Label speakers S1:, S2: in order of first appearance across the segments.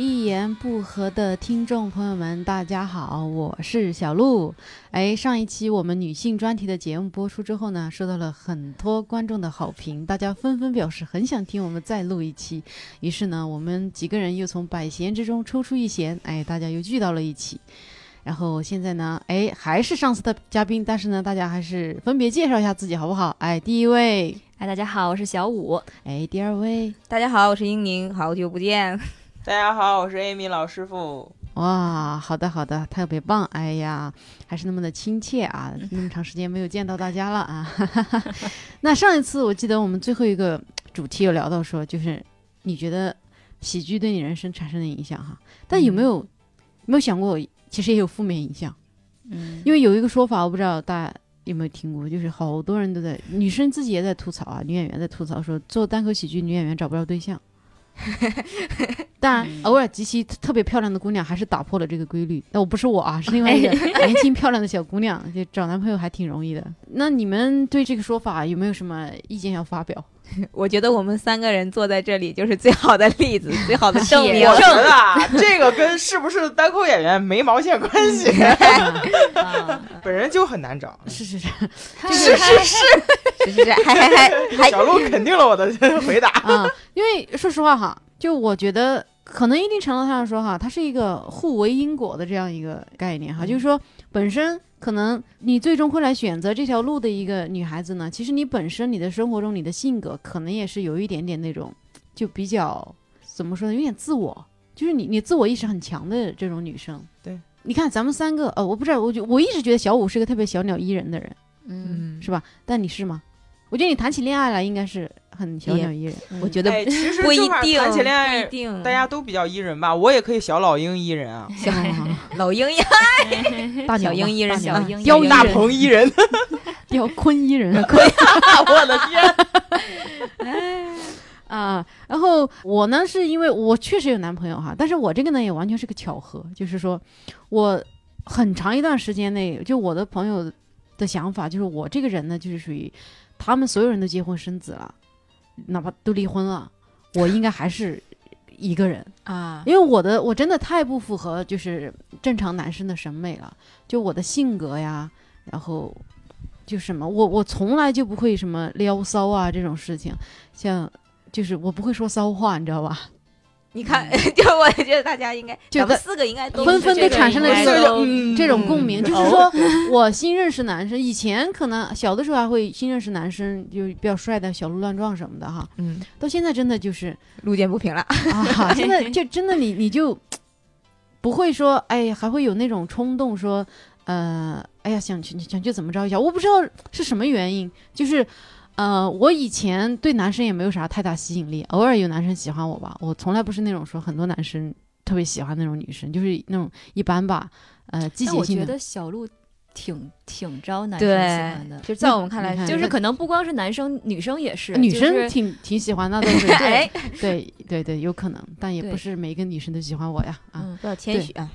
S1: 一言不合的听众朋友们，大家好，我是小鹿。哎，上一期我们女性专题的节目播出之后呢，收到了很多观众的好评，大家纷纷表示很想听我们再录一期。于是呢，我们几个人又从百闲之中抽出一闲，哎，大家又聚到了一起。然后现在呢，哎，还是上次的嘉宾，但是呢，大家还是分别介绍一下自己好不好？哎，第一位，
S2: 哎，大家好，我是小 五。
S1: 哎，第二位，
S3: 大家好，我是英宁，好久不见。
S4: 大家好，我是 Amy 老师傅。
S1: 哇，好的好的，特别棒！哎呀，还是那么的亲切啊，那么长时间没有见到大家了啊。 那上一次我记得我们最后一个主题有聊到说，就是你觉得喜剧对你人生产生的影响哈，但有没有、有没有想过，其实也有负面影响？
S2: 嗯，
S1: 因为有一个说法，我不知道大家有没有听过，就是好多人都在，女生自己也在吐槽啊，女演员在吐槽说做单口喜剧女演员找不着对象。当然，偶尔极其特别漂亮的姑娘还是打破了这个规律。那我不是我啊，是另外一个年轻漂亮的小姑娘，就找男朋友还挺容易的。那你们对这个说法有没有什么意见要发表？
S3: 我觉得我们三个人坐在这里就是最好的例子，最好的证明。
S4: 我觉得啊，这个跟是不是单口演员没毛线关 系，
S2: 啊、
S4: 本人就很难找。
S1: 是是是
S3: 是是是是 是是，还还还还
S4: 小鹿肯定了我的 回答。
S1: 啊、因为说实话哈，就我觉得可能一定程度上说哈，它是一个互为因果的这样一个概念哈，就是说本身可能你最终会来选择这条路的一个女孩子呢，其实你本身你的生活中你的性格可能也是有一点点那种就比较怎么说呢，有点自我，就是你你自我意识很强的这种女生。
S4: 对，
S1: 你看咱们三个，呃，我不知道，我就我一直觉得小五是一个特别小鸟依人的人，
S2: 嗯，
S1: 是吧？但你是吗？我觉得你谈起恋爱来应该是很小
S3: 也
S1: 鸟依人。
S3: 我觉得
S4: 哎，其实
S3: 不一
S4: 正好
S3: 定，
S4: 谈起恋
S3: 不一
S4: 爱，
S3: 定。
S4: 大家都比较依 人吧。我也可以小老鹰依人
S1: 哎
S4: 啊，
S3: 小 老鹰呀，
S1: 大鸟
S3: 小鹰依人
S1: 嘛
S2: 哎小鹰依
S1: 雕
S2: 人
S1: 大
S4: 大
S1: 鹏
S4: 鹏
S3: E
S4: 依人。
S1: 雕鲲依人
S4: E 我的天！
S1: 啊。然后我呢，是因为我确实有男朋友哈，但是我这个呢也完全是个巧合，就是说我很长一段时间内，就我的朋友的想法就是我这个人呢，就是属于他们所有人都结婚生子了，哪怕都离婚了，我应该还是一个人。
S3: 啊，
S1: 因为我的我真的太不符合就是正常男生的审美了，就我的性格呀，然后就什么我我从来就不会什么撩骚啊这种事情，像就是我不会说骚话，你知道吧？
S3: 你看， 就我觉得大家应该，
S1: 就
S3: 咱们
S1: 大
S3: 四个应该
S1: 嗯
S3: 都
S1: 纷
S3: 是
S1: 纷
S3: 这
S1: 地
S3: 个
S1: 产生了
S3: 应该
S1: 这
S3: 都哦
S4: 嗯
S1: 这种共鸣，
S4: 嗯
S1: 就是说 我新认识男生，以前可能小的时候还会新认识男生，就比较帅的小鹿乱撞什么的哈，
S3: 嗯，
S1: 到现在真的就是
S3: 路见不平了。
S1: 啊，真的就真的你你就不会说，哎，还会有那种冲动说，呃，哎呀，想去想去怎么着一下，我不知道是什么原因，就是。呃，我以前对男生也没有啥太大吸引力，偶尔有男生喜欢我吧，我从来不是那种说很多男生特别喜欢那种女生，就是那种一般吧，呃，季
S2: 但
S1: 节
S2: 我
S1: 性
S2: 觉
S1: 的。
S2: 得小鹿挺挺招男生喜欢
S3: 对
S2: 的，，
S3: 哎就在我们
S1: 嗯
S3: 看
S1: 你看
S3: 来，
S2: 就是
S1: 那
S2: 可能不光是男生，女生也是，
S1: 女
S2: 就
S1: 生
S2: 是
S1: 挺挺喜欢的， 都是
S3: 哎，
S1: 对对对，有可能，但也
S2: 对
S1: 不是每一个女生都喜欢我呀啊。
S2: 嗯
S3: 不要谦虚啊，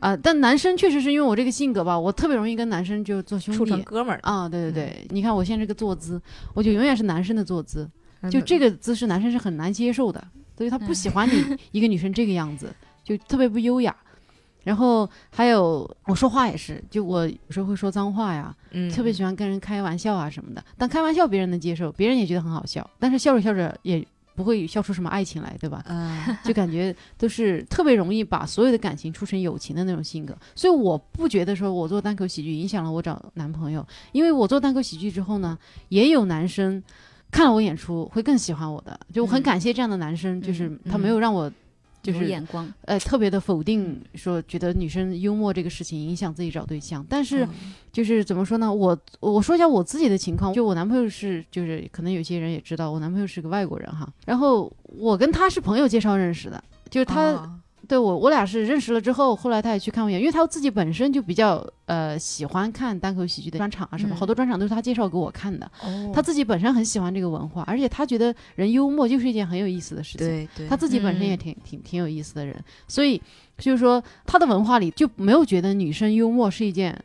S1: 啊、但男生确实是因为我这个性格吧，我特别容易跟男生就做兄
S3: 处成嗯
S1: 弟。
S3: 哥们儿了。
S1: 啊、对对对，你看我现在这个坐姿，我就永远是男生的坐姿，就
S3: 嗯
S1: 这个姿势男生是很难接受的，所以他不喜欢 你一个女生这个样子，就特别不优雅。然后还有我说话也是，就我有时候会说脏话呀，
S3: 嗯
S1: 特别喜欢跟人开玩笑啊什么的。但开玩笑别人能接受，别人也觉得很好笑，但是笑着笑着也不会笑出什么爱情来，对吧？
S3: 啊，
S1: 就感觉都是特别容易把所有的感情处成友情的那种性格，所以我不觉得说我做单口喜剧影响了我找男朋友，因为我做单口喜剧之后呢，也有男生看了我演出会更喜欢我的，就我很
S2: 嗯
S1: 感谢这样的男生，就是
S2: 嗯
S1: 他没有让我就
S2: 有
S1: 是
S2: 眼光，
S1: 呃特别的否定说觉得女生幽默这个事情影响自己找对象，但是
S3: 嗯
S1: 就是怎么说呢？我我说一下我自己的情况，就我男朋友是，就是可能有些人也知道，我男朋友是个外国人哈。然后我跟他是朋友介绍认识的，就是他、
S3: 哦
S1: 对我，我俩是认识了之后，后来他也去看我演，因为他自己本身就比较呃喜欢看单口喜剧的专场啊什么，
S2: 嗯
S1: 好多专场都是他介绍给我看的。
S3: 哦
S1: 他自己本身很喜欢这个文化，而且他觉得人幽默就是一件很有意思的事情。
S3: 对对，
S1: 他自己本身也
S2: 嗯
S1: 挺、挺挺有意思的人，所以就是说他的文化里就没有觉得女生幽默是一件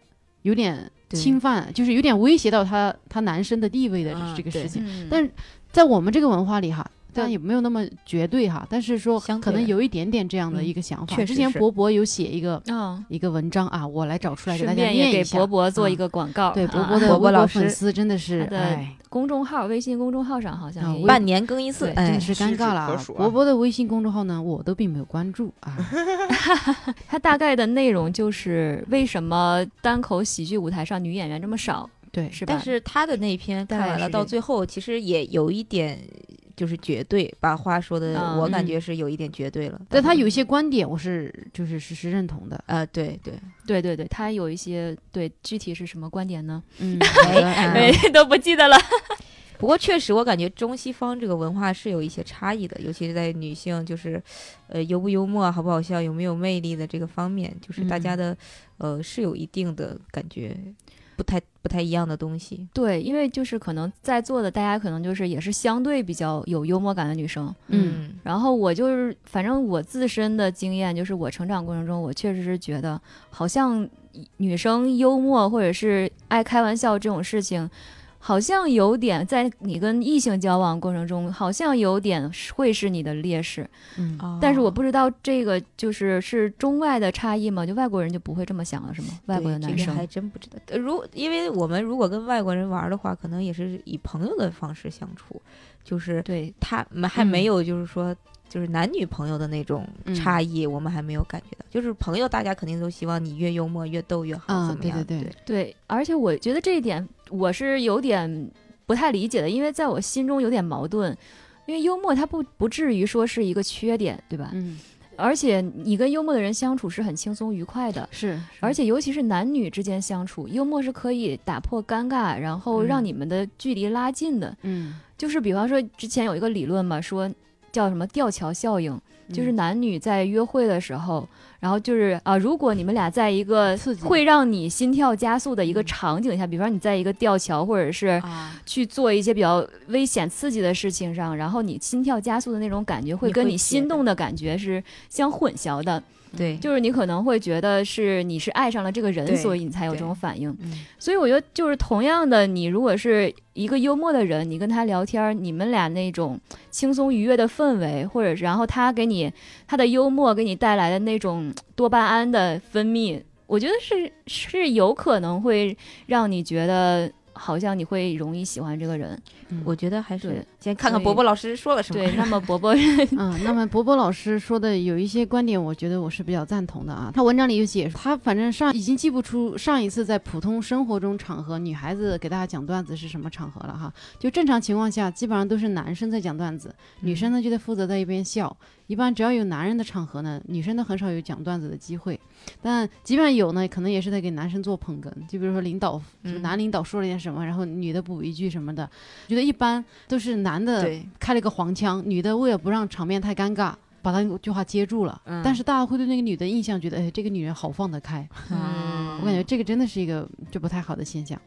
S1: 有点
S3: 对
S1: 侵犯，就是有点威胁到他他男生的地位的
S3: 啊
S1: 这个
S3: 对
S1: 事情。
S2: 嗯
S1: 但是在我们这个文化里哈，但也没有那么绝对哈，但是说
S3: 相对
S1: 可能有一点点这样的
S3: 嗯
S1: 一个想法。
S3: 确实
S1: 之前
S3: 是
S1: 博博有写一个
S2: 啊，
S1: 一个文章啊，我来找出来给大
S2: 顺
S1: 家
S2: 便也
S1: 念
S2: 给
S1: 一下。
S2: 博博做一个广告，
S1: 对
S2: 啊
S1: 博博的
S3: 博博
S1: 微
S3: 老
S1: 博
S3: 师
S1: 粉丝真的是
S2: 他的
S1: 哎，
S2: 公众号，微信公众号上好像
S1: 啊
S2: 也
S1: 我
S2: 有
S1: 也
S3: 半年更一次，
S2: 对
S1: 真
S3: 哎
S1: 的，是
S4: 屈
S1: 尴
S4: 指
S1: 尬了
S4: 可
S1: 啊。
S4: 数啊
S1: 博博的微信公众号呢，我都并没有关注啊。
S2: 它大概的内容就是为什么单口喜剧舞台上女演员这么少，
S1: 对，
S2: 是吧？
S3: 但是他的那篇看
S2: 看
S3: 完
S2: 完
S3: 了，
S2: 是
S3: 到
S2: 这
S3: 最后其实也有一点就是绝对，把话说的、
S2: 嗯
S3: 我感
S1: 嗯
S3: 觉是有一点绝对了。
S1: 但他
S3: 是
S1: 有一些观点，我是就是实时认同的。
S3: 呃，对对，
S2: 对对对，它有一些对具体是什么观点呢？
S1: 嗯，好的
S3: 哎
S1: 哎
S2: 都不记得了。
S3: 不过确实我感觉中西方这个文化是有一些差异的，尤其是在女性就是，呃，幽不幽默、好不好笑、有没有魅力的这个方面，就是大
S2: 嗯
S3: 家的、呃是有一定的感觉，不太不太一样的东西。
S2: 对，因为就是可能在座的大家可能就是也是相对比较有幽默感的女生，
S1: 嗯，
S2: 然后我就是反正我自身的经验就是我成长过程中，我确实是觉得好像女生幽默或者是爱开玩笑这种事情。好像有点在你跟异性交往过程中，好像有点会是你的劣势，
S1: 嗯，
S3: 哦
S2: 但是我不知道这个就是是中外的差异吗？就外国人就不会这么想了是吗？外国的
S3: 对
S2: 男
S3: 这个
S2: 生
S3: 还真不知道。呃如因为我们如果跟外国人玩的话，可能也是以朋友的方式相处，就是
S2: 对
S3: 他们还没有就是说。就是男女朋友的那种
S1: 嗯
S3: 差异，我们还没有感觉到。就是朋友，大家肯定都希望你越幽默越逗越好，
S1: 啊
S3: 怎么
S1: 对
S3: 样？
S1: 对对
S2: 对，而且我觉得这一点我是有点不太理解的，因为在我心中有点矛盾，因为幽默它不不至于说是一个缺点，对吧？
S1: 嗯，
S2: 而且你跟幽默的人相处是很轻松愉快的。
S1: 是，是
S2: 而且，尤其是男女之间相处，幽默是可以打破尴尬，然后让
S1: 嗯
S2: 你们的距离拉近的。
S1: 嗯，
S2: 就是比方说，之前有一个理论嘛，说叫什么吊桥效应，就是
S1: 嗯
S2: 男女在约会的时候，然后就是啊，如果你们俩在一个
S1: 刺激
S2: 会让你心跳加速的一个
S1: 嗯
S2: 场景下，比方说你在一个吊桥或者是
S1: 啊，
S2: 去做一些比较危险刺激的事情上，然后你心跳加速的那种感觉会
S3: 你
S2: 跟
S3: 会
S2: 你
S3: 觉
S2: 心
S3: 得
S2: 动的感觉是相混淆的，
S3: 对
S1: 嗯
S3: 就
S2: 就是你可能会觉得是你是爱上了这个人，
S3: 对
S2: 所以你才有这
S3: 对
S2: 种反应。
S1: 嗯
S2: 所以我觉得就是同样的，你如果是一个幽默的人，你跟他聊天儿，你们俩那种轻松愉悦的氛围，或者是然后他给你他的幽默给你带来的那种多巴胺的分泌，我觉得是是有可能会让你觉得好像你会容易喜欢这个人。
S3: 我觉得还
S2: 对
S3: 是先看
S2: 所
S3: 看
S2: 以
S3: 伯伯老师说了什么。
S2: 对，那么伯伯 呃
S1: 嗯，那么博博老师说的有一些观点，我觉得我是比较赞同的啊。他文章里有解释，他反正上已经记不出上一次在普通生活中场合，女孩子给大家讲段子是什么场合了哈。就正常情况下，基本上都是男生在讲段子，女生
S3: 嗯
S1: 呢就在负责在一边笑。一般只要有男人的场合呢，女生都很少有讲段子的机会。但即便有呢，可能也是在给男生做捧哏，就比如说领导，就是
S3: 嗯
S1: 男领导说了点什么，然后女的补一句什么的。觉得一般都是男的
S3: 对
S1: 开了个黄腔，女的为了不让场面太尴尬，把她那句话接住了。
S3: 嗯
S1: 但是大家会对那个女的印象觉得，哎，这个女人好放得开。
S3: 嗯
S1: 我感觉这个真的是一个就不太好的现象。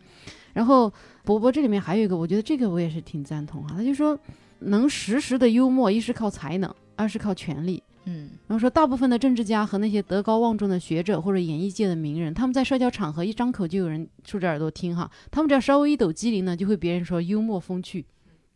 S1: 然后博博这里面还有一个，我觉得这个我也是挺赞同啊，他就说能实时的幽默，一是靠才能，二是靠权力。
S2: 嗯
S1: 然后说，大部分的政治家和那些德高望重的学者或者演艺界的名人，他们在社交场合一张口就有人竖着耳朵听哈，他们只要稍微一抖机灵呢，就会别人说幽默风趣，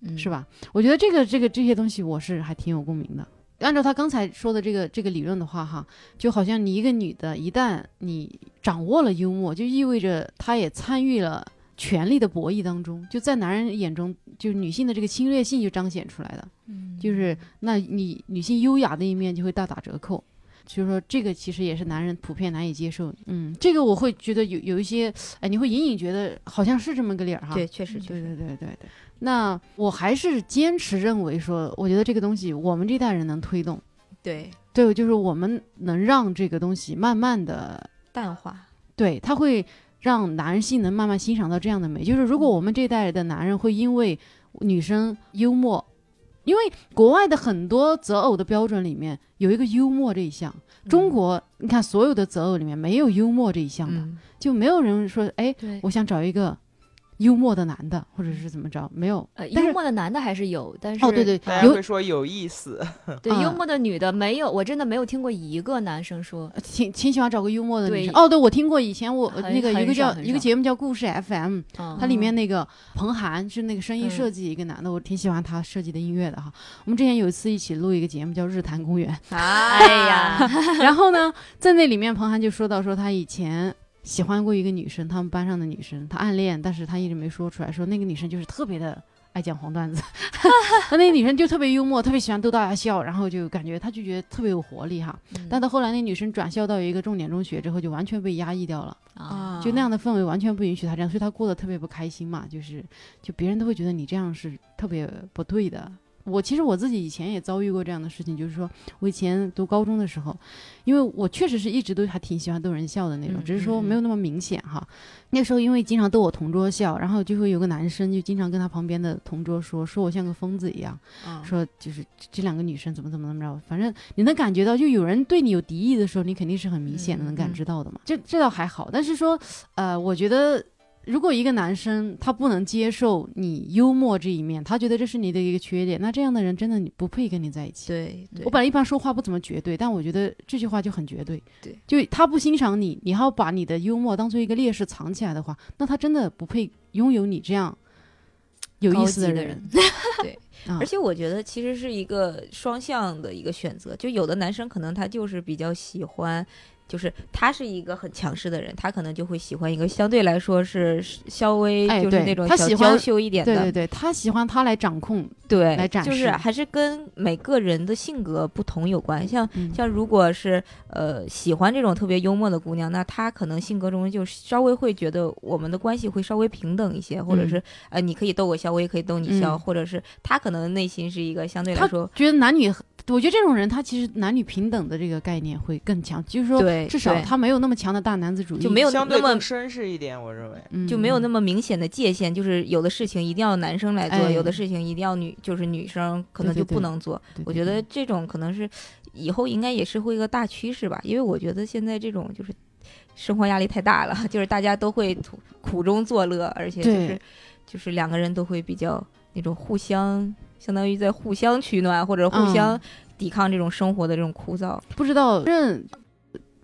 S2: 嗯
S1: 是？吧？我觉得这个这个这些东西我是还挺有共鸣的。按照他刚才说的这个这个理论的话，哈，就好像你一个女的，一旦你掌握了幽默，就意味着她也参与了权力的博弈当中，就在男人眼中，就女性的这个侵略性就彰显出来了。
S2: 嗯
S1: 就是那你女性优雅的一面就会大打折扣。所以说，这个其实也是男人普遍难以接受。嗯，这个我会觉得有有一些，哎，你会隐隐觉得好像是这么个理儿哈。
S3: 对，确实确
S1: 对
S3: 实
S1: 对对对对。那我还是坚持认为说，我觉得这个东西我们这代人能推动，
S3: 对
S1: 对，就是我们能让这个东西慢慢的，
S3: 淡化。
S1: 对，它会让男性能慢慢欣赏到这样的美。就是如果我们这代的男人会因为女生幽默，因为国外的很多择偶的标准里面有一个幽默这一项，
S3: 嗯
S1: 中国你看所有的择偶里面没有幽默这一项的，
S3: 嗯
S1: 就没有人说，哎，
S2: 对
S1: 我想找一个幽默的男的，或者是怎么着，没有。
S2: 呃，
S1: 但
S2: 幽
S1: 是
S2: 默的男的还是有，但是
S1: 哦，对对
S4: 大，家
S1: 有
S4: 会说有意思，
S3: 哎
S2: 对
S1: 啊
S2: 幽默的女的没有，我真的没有听过一个男生说
S1: 挺挺喜欢找个幽默的女
S2: 对
S1: 生。哦，对，我听过以前我呃
S2: 很
S1: 那个
S2: 很
S1: 一个
S2: 少
S1: 叫
S2: 很
S1: 一个
S2: 少
S1: 节目叫故事 FM，
S2: 啊
S1: 它里面那个彭涵是那个声音
S2: 嗯
S1: 设计一个男的，我挺喜欢他设计的音乐的哈。我们之前有一次一起录一个节目叫《日坛公园》，
S3: 啊
S2: 哎 呀，
S1: 然后呢，在那里面彭涵就说到说他以前。喜欢过一个女生，他们班上的女生，他暗恋，但是他一直没说出来，说那个女生就是特别的爱讲黄段子，那那个女生就特别幽默，特别喜欢逗大家笑，然后就感觉他就觉得特别有活力哈。但到后来，那女生转校到一个重点中学之后，就完全被压抑掉了。
S2: 啊，
S1: 就那样的氛围完全不允许他这样，所以他过得特别不开心嘛，就是就别人都会觉得你这样是特别不对的。我其实我自己以前也遭遇过这样的事情，就是说我以前读高中的时候，因为我确实是一直都还挺喜欢逗人笑的那种，
S2: 嗯
S1: 只是说
S2: 嗯
S1: 没有那么明显哈。那时候因为经常逗我同桌笑，然后就会有个男生就经常跟他旁边的同桌说，说我像个疯子一样，说就是这这两个女生怎么怎么怎么着，反正你能感觉到，就有人对你有敌意的时候，你肯定是很明显的
S2: 嗯
S1: 能
S2: 嗯
S1: 感知到的嘛。这这倒还好，但是说，呃，我觉得如果一个男生他不能接受你幽默这一面，他觉得这是你的一个缺点，那这样的人真的你不配跟你在一起。
S3: 对对
S1: 我本来一般说话不怎么绝对，但我觉得这句话就很绝对。
S3: 对，
S1: 就他不欣赏你，你还要把你的幽默当做一个劣势藏起来的话，那他真的不配拥有你这样有
S2: 高
S1: 意思
S2: 级的
S1: 人。
S3: 对
S1: 啊，
S3: 而且我觉得其实是一个双向的一个选择，就有的男生可能他就是比较喜欢。就是他是一个很强势的人，他可能就会喜欢一个相对来说是是稍微
S1: 哎
S3: 就是
S1: 对
S3: 那种
S1: 他
S3: 小
S1: 喜欢
S3: 娇羞一点的，
S1: 对对对，他喜欢他来掌控，
S3: 对，
S1: 来展
S3: 就是
S1: 示
S3: 还是跟每个人的性格不同有关。像
S1: 嗯
S3: 像如果是呃喜欢这种特别幽默的姑娘，那她可能性格中就稍微会觉得我们的关系会稍微平等一些，或者
S1: 嗯
S3: 是呃你可以逗我笑，我也可以逗你笑，
S1: 嗯
S3: 或者是她可能内心是一个相对来
S1: 她
S3: 说
S1: 觉得男女，我觉得这种人他其实男女平等的这个概念会更强，就是说
S3: 对
S1: 至少
S3: 对
S1: 他没有那么强的大男子主义，
S3: 就没有
S4: 相对
S3: 那么
S4: 更绅士一点，我认为。
S1: 嗯
S3: 就没有那么明显的界限，就是有的事情一定要男生来做，
S1: 哎
S3: 有的事情一定要女就是女生可
S1: 对
S3: 能
S1: 对
S3: 就不
S1: 对
S3: 能做。
S1: 对
S3: 我
S1: 对
S3: 觉得
S1: 对
S3: 这种可能是以后应该也是会一个大趋势吧，因为我觉得现在这种就是生活压力太大了， 就是大家都会苦苦中作乐，而且就
S1: 对
S3: 是就是两个人都会比较那种互相，相当于在互相取暖或者互
S1: 嗯
S3: 相抵抗这种生活的这种枯燥。
S1: 不知道认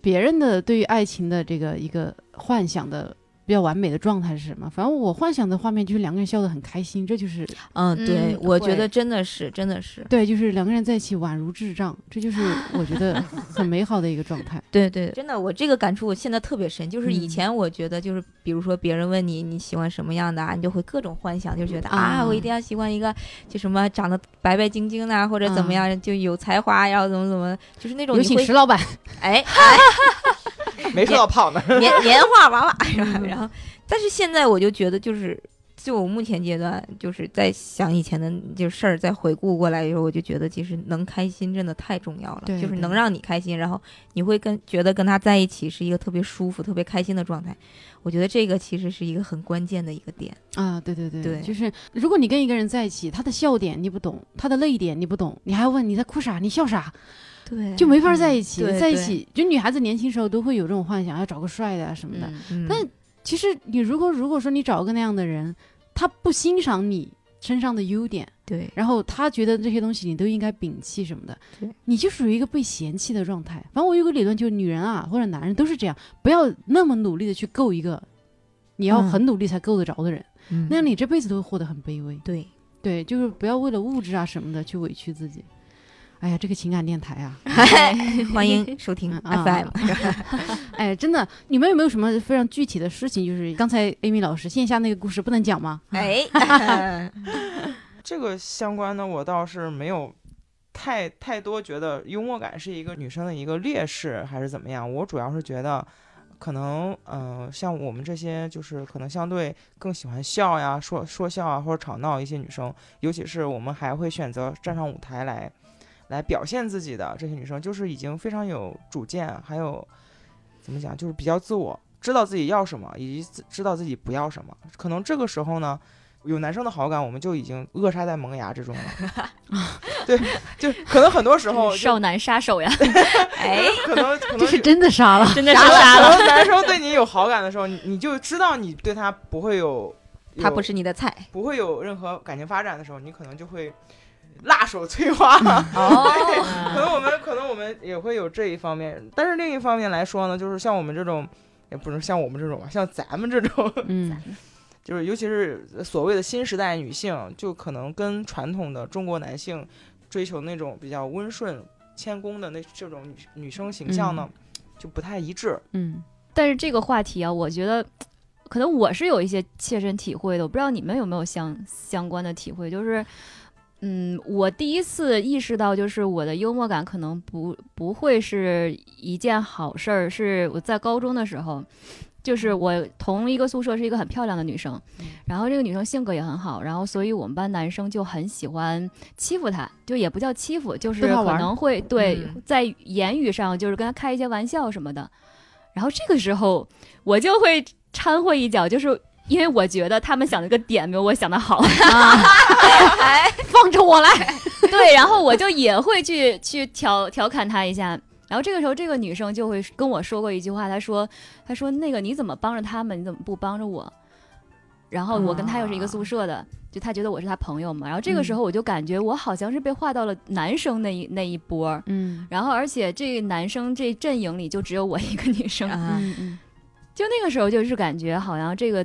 S1: 别人的对于爱情的这个一个幻想的。比较完美的状态是什么？反正我幻想的画面就是两个人笑得很开心，这就是
S3: 嗯，对，
S2: 嗯
S3: 我觉
S2: 会
S3: 得真的是真的是，
S1: 对，就是两个人在一起宛如智障，这就是我觉得很美好的一个状态。
S3: 对对，真的，我这个感触我现在特别深，就是以
S1: 嗯
S3: 前我觉得就是，比如说别人问你你喜欢什么样的啊，你就会各种幻想，就觉得啊
S1: 啊
S3: 我一定要喜欢一个就什么长得白白净净的啊，或者怎么样，就有才华，然后怎么怎么，就是那种
S1: 嗯有
S3: 你
S1: 请
S3: 会
S1: 石老板，
S3: 哎
S4: 没说到胖 的，
S3: 棉棉花娃娃，然哎后然后，但是现在我就觉得就是。就我目前阶段，就是在想以前的就事儿，再回顾过来的时候，我就觉得其实能开心真的太重要了，
S1: 对
S3: 就是
S1: 对
S3: 能让你开心，然后你会跟觉得跟他在一起是一个特别舒服、特别开心的状态。我觉得这个其实是一个很关键的一个点。
S1: 啊，对对对，
S3: 对
S1: 就是如果你跟一个人在一起，他的笑点你不懂，他的泪点你不懂，你还问你在哭啥，你笑啥，
S3: 对嗯
S1: 就没法在一起。
S3: 对
S1: 在一起，就女孩子年轻时候都会有这种幻想，要找个帅的啊什么的。
S2: 嗯
S3: 嗯、
S1: 但其实你如果如果说你找个那样的人，他不欣赏你身上的优点，
S3: 对
S1: 然后他觉得这些东西你都应该摒弃什么的
S3: 对，
S1: 你就属于一个被嫌弃的状态。反正我有个理论，就是女人啊或者男人都是这样，不要那么努力的去够一个，你要
S3: 嗯
S1: 很努力才够得着的人。
S3: 嗯
S1: 那样你这辈子都会活得很卑微。
S3: 对
S1: 对，就是不要为了物质啊什么的去委屈自己。哎呀，这个情感电台啊，
S3: 欢迎收听
S1: 嗯
S3: FM
S1: 啊。哎，真的，你们有没有什么非常具体的事情？就是刚才 Amy 老师线下那个故事不能讲吗？
S3: 哎，
S4: 这个相关的我倒是没有太太多觉得幽默感是一个女生的一个劣势还是怎么样。我主要是觉得，可能呃，像我们这些就是可能相对更喜欢笑呀、说说笑啊或者吵闹一些女生，尤其是我们还会选择站上舞台来来表现自己的这些女生，就是已经非常有主见，还有怎么讲，就是比较自我，知道自己要什么，以及自知道自己不要什么。可能这个时候呢。有男生的好感，我们就已经扼杀在萌芽之中了。 对，就可能很多时候，就
S2: 少男杀手呀，
S3: 哎，
S4: 可能可
S1: 这
S4: 能
S1: 是真的杀了，
S2: 真的
S4: 然
S2: 是
S4: 后
S2: 杀了。
S4: 男生对你有好感的时候，你你就知道你对他不会有
S3: 他不是你的菜，
S4: 不会有任何感情发展的时候，你可能就会辣手 摧花。
S3: 哦，
S2: 嗯
S4: 可能我们可能我们也会有这一方面，但是另一方面来说呢，就是像我们这种，也不是像我们这种吧，像咱们这种，
S1: 嗯
S4: 就是尤其是所谓的新时代女性，就可能跟传统的中国男性追求那种比较温顺谦恭的那这种女女生形象呢，
S3: 嗯
S4: 就不太一致。
S1: 嗯
S2: 但是这个话题啊，我觉得可能我是有一些切身体会的，我不知道你们有没有相相关的体会，就是。嗯，我第一次意识到，就是我的幽默感可能不不会是一件好事儿。是我在高中的时候，就是我同一个宿舍是一个很漂亮的女生，
S1: 嗯
S2: 然后这个女生性格也很好，然后所以我们班男生就很喜欢欺负她，就也不叫欺负，就是
S1: 逗她玩
S2: 可
S1: 儿
S2: 能会对、
S3: 嗯
S2: 在言语上就是跟她开一些玩笑什么的。然后这个时候我就会掺和一脚，就是因为我觉得他们想的个点没有我想的好，
S1: 啊，
S2: 哎，
S1: 放着我来。
S2: 对，然后我就也会去去调调侃他一下。然后这个时候，这个女生就会跟我说过一句话，她说：“她说那个你怎么帮着他们，你怎么不帮着我？”然后我跟她又是一个宿舍的，就她觉得我是她朋友嘛。然后这个时候我就感觉我好像是被划到了男生那一那一波儿，
S1: 嗯
S2: 然后而且这个男生这阵营里就只有我一个女生，
S3: 啊，
S1: 嗯嗯，
S2: 就那个时候就是感觉好像这个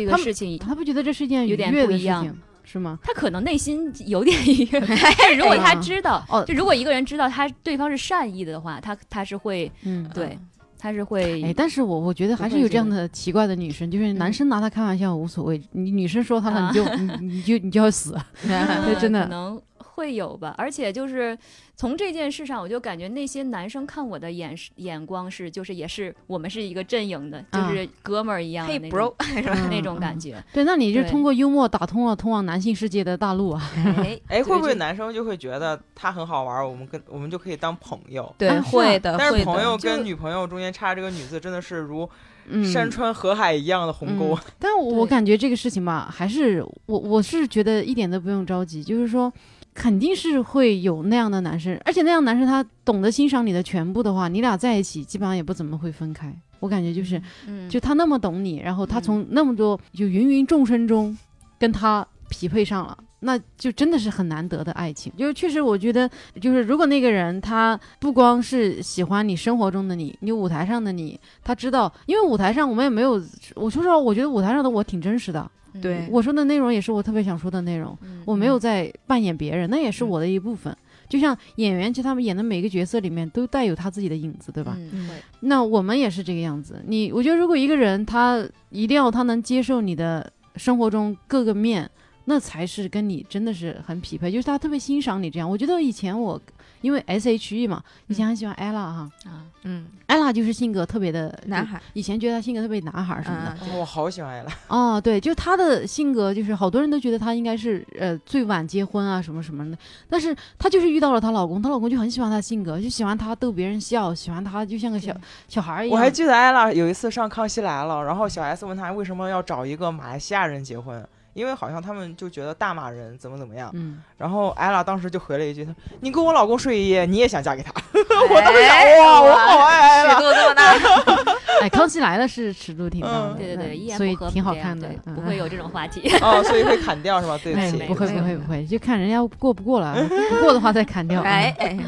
S1: 他
S2: 个
S1: 们
S2: 事情
S1: 他不觉得这是一件愉
S2: 有点
S1: 悦
S2: 不
S1: 的
S2: 一
S1: 事
S2: 样
S1: 情是吗？
S2: 他可能内心有点愉悦，但是如果他知道，
S1: 哎哦
S2: 就如果一个人知道他对方是善意的话，他他是会
S1: 嗯，
S2: 对，他是会、
S1: 哎，但是我我觉得还是有这样的奇怪的女生，就是男生拿她开玩笑无所谓，你女生说她了，你就你你就你就要死。
S2: 呃
S1: 对真的
S2: 可能会有吧。而且就是从这件事上，我就感觉那些男生看我的眼是眼光是，就是也是我们是一个阵营的，就
S1: 啊
S2: 是哥们儿一样的
S3: 嘿
S2: 那种、
S3: ，bro，
S2: 那种感
S1: 嗯。嗯
S2: 觉。
S1: 对，那你就
S2: 对
S1: 通过幽默打通了通往男性世界的大路啊！
S3: 哎
S4: 哎，会不会
S3: 对
S4: 男生就会觉得他很好玩，我们跟我们就可以当朋友？
S3: 对，
S1: 啊是啊
S3: 会的，
S4: 但
S3: 呃会
S4: 是
S3: 的
S4: 朋友跟
S3: 就
S4: 女朋友中间差这个女字，真的是如
S1: 嗯，
S4: 山川河海一样的鸿沟。啊
S1: 嗯但我我
S2: 对
S1: 感觉这个事情吧，还是我我是觉得一点都不用着急，就是说肯定是会有那样的男生，而且那样男生他懂得欣赏你的全部的话，你俩在一起基本上也不怎么会分开。我感觉就是，
S2: 嗯，
S1: 就他那么懂你，然后他
S2: 嗯
S1: 从那么多就芸芸众生中跟他匹配上了，那就真的是很难得的爱情。就是确实，我觉得就是如果那个人他不光是喜欢你生活中的你，你舞台上的你，他知道，因为舞台上我们也没有，我说实话，我觉得舞台上的我挺真实的，
S2: 嗯
S3: 对
S1: 我说的内容也是我特别想说的内容。
S2: 嗯
S1: 我没有在扮演别人，那也是我的一部分。就像演员，其实他们演的每个角色里面都带有他自己的影子，对吧？
S2: 嗯会
S1: 那我们也是这个样子。你，我觉得如果一个人他一定要他能接受你的生活中各个面，那才是跟你真的是很匹配，就是他特别欣赏你这样。我觉得以前我因为 S H E 嘛，以前很喜欢 ella 哈、
S2: 啊，
S3: 嗯，
S1: e l l a 就是性格特别的
S3: 男，孩，
S1: 以前觉得他性格特别男孩儿什么的。
S3: 嗯，
S4: 哦我好喜欢艾拉，
S1: 哦，对，就他的性格，就是好多人都觉得他应该是呃最晚结婚啊什么什么的，但是她就是遇到了她老公，她老公就很喜欢她性格，就喜欢她逗别人笑，喜欢她就像个小
S2: 对
S1: 小孩儿一
S4: 我
S1: 样。
S4: 还记得艾拉有一次上《康熙来了》，然后小 S 问他为什么要找一个马来西亚人结婚，因为好像他们就觉得大马人怎么怎么样。
S1: 嗯，
S4: 然后艾拉当时就回了一句：“她说你跟我老公睡一夜，你也想嫁给他？” 我
S3: 哎
S4: 当时想，哇，我好爱艾
S3: 尺
S4: 拉。
S3: 度这么大，
S1: 哎，康熙来了是尺度挺大的，
S4: 嗯
S2: 对对对，一言
S1: 所以
S2: 不合
S1: 挺
S2: 不
S1: 好
S2: 这样
S1: 看的
S2: 对，
S1: 嗯
S2: 不会有这种话题。
S4: 哦，所以会砍掉是吧？对不
S1: 哎
S4: 起，，
S1: 不会
S3: 没
S1: 不
S3: 有
S1: 会不
S2: 嗯
S1: 会，就看人家过不过了啊，不过的话再砍掉 啊。
S3: 哎哎，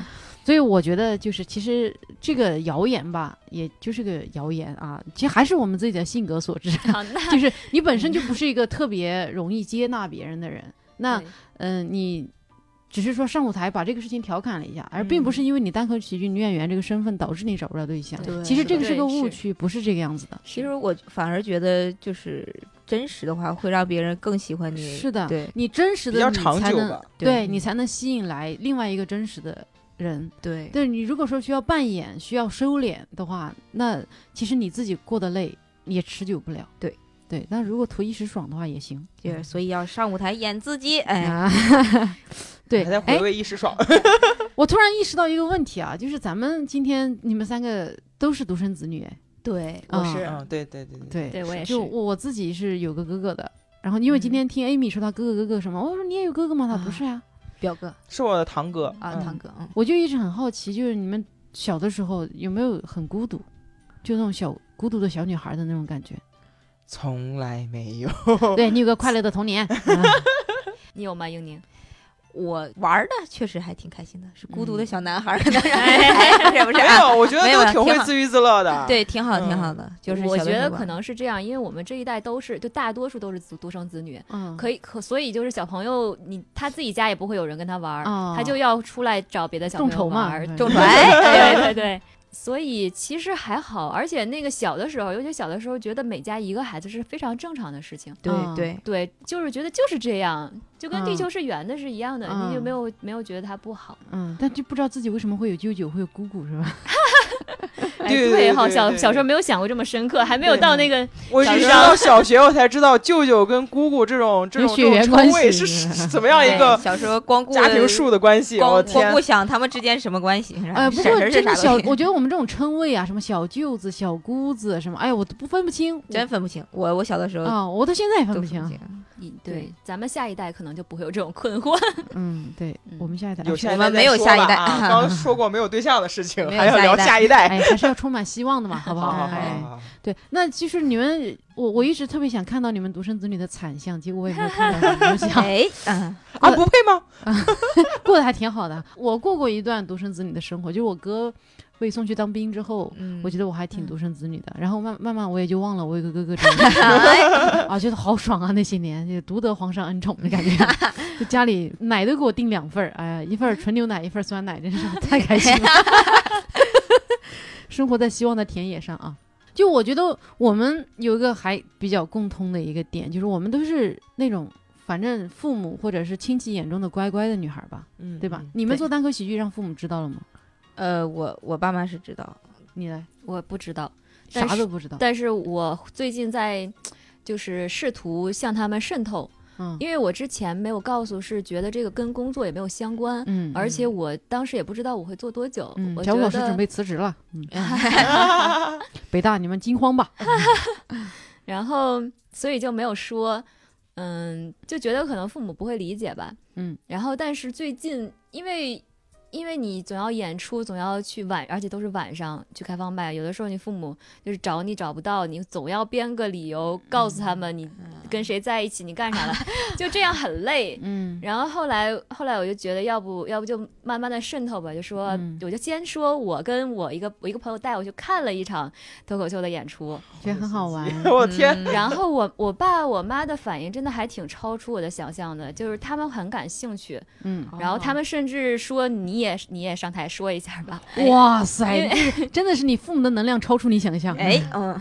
S1: 所以我觉得就是其实这个谣言吧，也就是个谣言啊，其实还是我们自己的性格所致，
S2: 好，那
S1: 就是你本身就不是一个特别容易接纳别人的人，那
S2: 对
S1: 嗯、呃你。只是说上舞台把这个事情调侃了一下，而并不
S3: 嗯
S1: 是因为你单口喜剧女演员这个身份导致你找不着对象。
S3: 对
S1: 其实这个
S2: 对
S1: 是个
S2: 是
S1: 误区，不是这个样子的。
S3: 其实我反而觉得就是真实的话，会让别人更喜欢你。
S1: 是的，
S3: 对
S1: 你真实的
S4: 比较
S1: 你
S4: 长
S1: 才
S4: 久
S1: 能
S4: 吧
S1: 对
S3: 对
S1: 你才能吸引来另外一个真实的人。
S3: 对
S1: 但是你如果说需要扮演、需要收敛的话，那其实你自己过得累也持久不了。
S3: 对
S1: 对，但如果图一时爽的话也行。嗯
S3: 就是所以要上舞台演自己，哎，
S1: 啊，对
S4: 还在，回
S1: 哎，
S4: 味一时爽。
S1: 我突然意识到一个问题啊，就是咱们今天你们三个都是独生子女，哎，
S3: 对，
S1: 啊
S3: 我是
S4: 嗯，对对对
S1: 对，
S4: 对。
S2: 对我也
S1: 就是我我自己是有个哥哥的。然后，因为今天听 Amy 说她哥哥哥哥什么，我说你也有哥哥吗？他不
S3: 啊
S1: 是呀、
S3: 表哥
S4: 是我的堂哥
S3: 啊，
S4: 嗯
S3: 堂哥，嗯，
S1: 我就一直很好奇，就是你们小的时候有没有很孤独，就那种小孤独的小女孩的那种感觉？
S4: 从来没有。
S1: 对你有个快乐的童年。
S2: 你有吗，英宁？
S3: 我玩的确实还挺开心的，是孤独的
S2: 嗯
S3: 小男孩儿，当 然是不是
S4: 没
S3: 啊？
S4: 有，我觉得
S3: 没有
S4: 都
S3: 了
S4: 挺
S3: 挺
S4: 会
S3: 好
S4: 自娱自乐的。
S3: 对，挺好，挺
S4: 嗯
S3: 好的，就是
S2: 我
S3: 小的
S2: 觉
S3: 时候
S2: 得
S1: 啊
S3: 玩
S2: 可能是这样，因为我们这一代都是，就大多数都是独独生子女，
S1: 嗯，
S2: 可以可所以就是小朋友，你他自己家也不会有人跟他玩儿，
S1: 哦
S2: 他就要出来找别的小
S1: 众
S2: 朋友
S1: 筹嘛
S2: 玩儿，
S1: 嗯
S2: 众 筹， 哎，对对对。所以其实还好，而且那个小的时候，尤其小的时候，觉得每家一个孩子是非常正常的事情。
S1: 嗯
S3: 对对，
S2: 对，就是觉得就是这样，就跟
S1: 嗯
S2: 地球是圆的是一样的，
S1: 嗯
S2: 你就没有没有觉得它不 好。
S1: 嗯，但就不知道自己为什么会有舅舅，会有姑姑，是吧？
S2: 哎，
S4: 对对
S2: 哈，
S4: 对对
S2: 小
S4: 对
S2: 小时候没有想过这么深刻，还没有
S4: 对
S2: 到那个
S4: 我
S2: 小
S4: 一直
S2: 时候
S4: 到小学我才知道舅舅跟姑姑这种这
S1: 有
S4: 种
S1: 血
S4: 这种
S1: 缘关
S4: 称谓
S1: 系
S4: 是 是怎么样一
S3: 对
S4: 个
S3: 小时候光顾
S4: 家庭树的关系。我
S3: 光
S4: 的
S3: 光
S4: 天
S3: 顾，想他们之间什么关系？
S1: 哎，不
S3: 婶
S1: 过
S3: 婶是
S1: 真的
S3: 啥
S1: 小
S3: 东，西
S1: 我觉得我们这种称谓啊，什么小舅子、小姑子什么，哎呀，我都不分不清，我
S3: 真分不清。我我小的时
S2: 哦
S3: 候
S1: 啊，我到现在也
S3: 都
S1: 分不
S3: 清
S1: 清。。
S2: 一
S3: 对
S2: 对，咱们下一代可能就不会有这种困惑。
S1: 嗯，对
S2: 嗯
S1: 我们下一代
S4: 有
S1: 哎
S4: 下一
S3: 我
S4: 代
S3: 们
S4: 再
S3: 没有
S4: 说
S3: 下一
S4: 吧
S3: 代
S4: 啊 刚刚说过没有对象的事情，
S3: 没有
S4: 还要
S3: 下一
S4: 聊
S3: 代
S4: 下一 代。
S1: 哎，还是要充满希望的嘛，好不
S4: 好好好
S1: 哎
S4: 好，好
S1: 对，那就是你们，我我一直特别想看到你们独生子女的惨象，结果我也没有看到你们想。
S3: 哎，嗯，
S4: 啊，不配吗？
S1: 过得还挺好的。啊我过过一段独生子女的生活，就是我哥被送去当兵之后，
S3: 嗯
S1: 我觉得我还挺
S2: 嗯
S1: 独生子女的。然后慢慢慢我也就忘了我有个哥哥这
S3: 哎
S1: 啊，觉得好爽啊！那些年也独得皇上恩宠的感觉，就家里奶都给我订两份儿，哎呀，一份儿纯牛奶，一份儿酸奶，真是太开心 了。生活在希望的田野上啊。就我觉得我们有一个还比较共通的一个点，就是我们都是那种反正父母或者是亲戚眼中的乖乖的女孩儿吧。
S4: 嗯
S1: 对吧？
S4: 嗯
S1: 你们
S3: 对
S1: 做单口喜剧让父母知道了吗？
S3: 呃，我我爸妈是知道，
S1: 你来，
S2: 我不知道，但
S1: 啥
S2: 是
S1: 都不知道。
S2: 但是我最近在，就是试图向他们渗透，
S1: 嗯
S2: 因为我之前没有告诉，是觉得这个跟工作也没有相关，
S1: 嗯，
S2: 而且我当时也不知道我会做多久。
S1: 嗯，
S2: 我
S1: 小
S2: 觉
S1: 武
S2: 得
S1: 老师准备辞职了。 嗯，北大你们惊慌吧。
S2: 然后所以就没有说，嗯，就觉得可能父母不会理解吧，
S1: 嗯，
S2: 然后但是最近因为。因为你总要演出，总要去晚，而且都是晚上去开放麦。有的时候你父母就是找你找不到，你总要编个理
S1: 嗯
S2: 由告诉他们你跟谁在一起，你干啥了， 就这样很累。
S1: 嗯
S2: 然后后来后来我就觉得，要不要不就慢慢的渗透吧，就说、
S1: 嗯
S2: 我就先说我跟我一个我一个朋友带我去看了一场脱口秀的演出，
S1: 觉得很好玩
S4: 我天，
S3: 嗯
S2: 然后我我爸我妈的反应真的还挺超出我的想象的，就是他们很感兴趣，
S1: 嗯，
S2: 哦然后他们甚至说你也你也上台说一下吧。
S1: 哎哇塞
S2: 因，
S1: 这个真的是你父母的能量超出你想 象。
S3: 哎，嗯，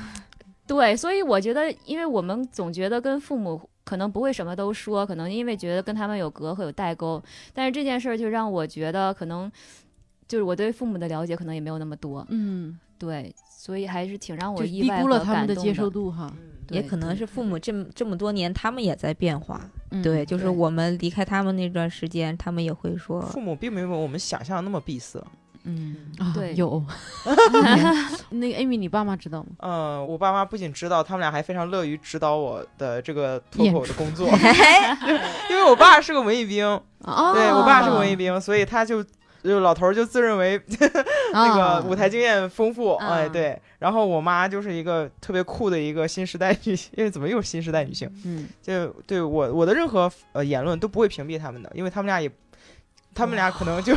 S2: 对，所以我觉得，因为我们总觉得跟父母可能不会什么都说，可能因为觉得跟他们有隔阂有代沟，但是这件事儿就让我觉得可能就是我对父母的了解可能也没有那么多，
S1: 嗯，
S2: 对，所以还是挺让我
S1: 就
S2: 意
S1: 低
S2: 外
S1: 估
S2: 和
S1: 了他
S2: 感
S1: 们的
S2: 动
S1: 接受度哈。
S2: 对
S3: 也可能
S2: 对
S3: 是父母这么这么多年，他们也在变化。
S1: 嗯
S3: 对，，就是
S2: 对
S3: 我们离开他们那段时间，他们也会说，
S4: 父母并没有我们想象的那么闭塞。
S1: 嗯啊，
S2: 对
S1: 有。 那个 Amy，你爸妈知道吗？
S4: 嗯，我爸妈不仅知道，他们俩还非常乐于指导我的这个脱口的工作， 因为我爸是个文艺兵，
S2: 哦
S1: 啊，
S4: 对我爸是个文艺兵，所以他就。就老头儿就自认为那
S1: 啊
S4: 个舞台经验丰富，
S2: 啊
S4: 哎，对。然后我妈就是一个特别酷的一个新时代女性，因为怎么又是新时代女性？
S1: 嗯
S4: 就对我我的任何呃言论都不会屏蔽他们的，因为他们俩也，他们俩可能就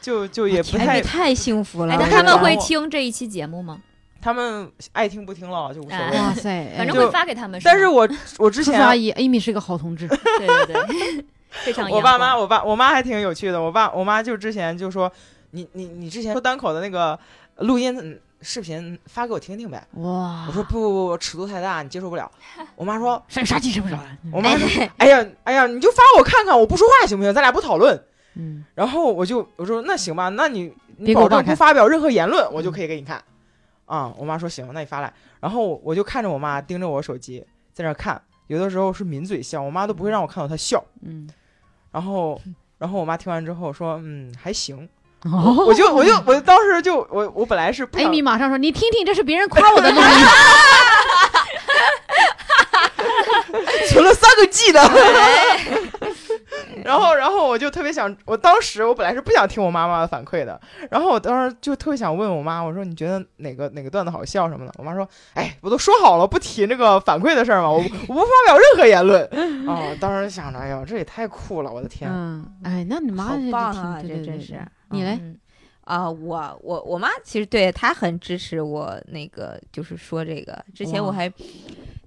S4: 就就也不
S3: 哎，
S4: 太
S3: 你，太幸福了。
S2: 哎，那
S4: 对
S2: 他们
S4: 然
S2: 会
S4: 后
S2: 听这一期节目吗？
S4: 他们爱听不听了就无所谓。
S2: 哎
S1: 哇塞，
S2: 反正
S1: 哎
S2: 会
S4: 就
S2: 发给他们吧。
S4: 但是我我之
S1: 叔叔
S4: 前啊
S1: 阿姨，Amy 是个好同志。
S2: 对对对， 非常
S4: 我
S2: 阳
S4: 爸
S2: 光
S4: 妈，我爸我妈还挺有趣的。我爸我妈就之前就说，你你你之前说单口的那个录音嗯视频发给我听听呗。
S1: 哇，
S4: 我说不不不，尺度太大，你接受不了。我妈说，
S1: 啥啥鸡什么啊啥，
S2: 嗯
S4: 我妈说，哎呀哎呀，你就发我看看，我不说话行不行？咱俩不讨论。
S1: 嗯，
S4: 然后我就我说那行吧，那你
S1: 别
S4: 你
S1: 给我
S4: 保
S1: 爸
S4: 证
S1: 看
S4: 不发表任何言论，我就可以给你看。啊、我妈说行，那你发来。然后我就看着我妈盯着我手机在那儿看，有的时候是抿嘴笑，我妈都不会让我看到她笑。
S1: 嗯，
S4: 然后，然后我妈听完之后说，嗯，还行。
S1: 哦，
S4: 我就我就我当时就我我本来是不想
S1: Amy 马上说：“你听听，这是别人夸我的录音。哎
S4: 存了三个 G 的，然后，然后我就特别想，我当时我本来是不想听我妈妈的反馈的，然后我当时就特别想问我妈，我说你觉得哪个哪个段子好笑什么的？我妈说，哎，我都说好了不提那个反馈的事儿嘛，我不我不发表任何 言论。啊，我当时想着，哎呦，这也太酷了，我的天！
S1: 嗯，哎，那你妈
S3: 好
S1: 这就
S3: 棒
S1: 挺
S3: 啊，
S1: 对
S3: 这
S1: 对
S3: 真
S1: 对
S3: 是
S1: 对。你 嘞？
S3: 嗯啊、我我我妈其实对她很支持我那个，就是说这个。之前我
S1: 哇
S3: 还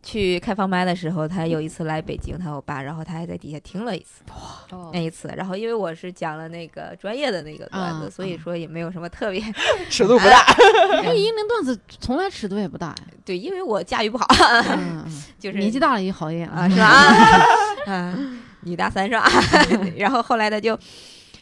S3: 去开放麦的时候，她有一次来北京，她我爸，然后她还在底下听了一次
S2: 哦
S3: 那一次。然后因为我是讲了那个专业的那个段子，
S1: 嗯
S3: 所以
S1: 嗯
S3: 说也没有什么 特别
S4: 尺度不大，
S1: 那个哎英灵段子从来尺度也不 大呀，
S3: 对，因为我驾驭不好，
S1: 嗯，嗯
S3: 就是
S1: 年纪大了也好一点
S3: 啊，是吧？？啊啊，女大三是吧？然后后来他就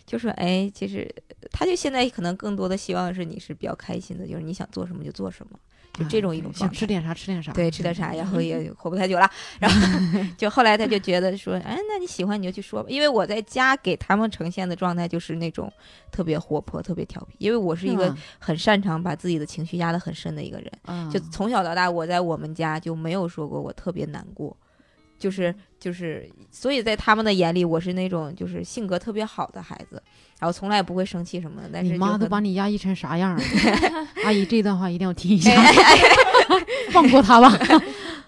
S3: 就说，哎，其实他就现在可能更多的希望是你是比较开心的，就是你想做什么就做什么，就这种一种
S1: 嗯啊想
S3: 状
S1: 吃
S3: 态。
S1: 点啥吃点啥，
S3: 对，吃点啥，然后也活不太久了。然后 就后来他就觉得说，哎，那你喜欢你就去说吧。因为我在家给他们呈现的状态就是那种特别活泼、特别调皮，因为我是一个
S1: 吧
S3: 很擅长把自己的情绪压得很深的一个人。
S1: 嗯
S3: 就从小到大，我在我们家就没有说过我特别难过，就是就是，所以在他们的眼里，我是那种就是性格特别好的孩子，然后从来不会生气什么的。但是
S1: 你
S3: 就
S1: 妈
S3: 可
S1: 都
S3: 能
S1: 把你压抑成啥样了？阿姨这段话一定要听一下，
S3: 哎
S1: 放过她吧。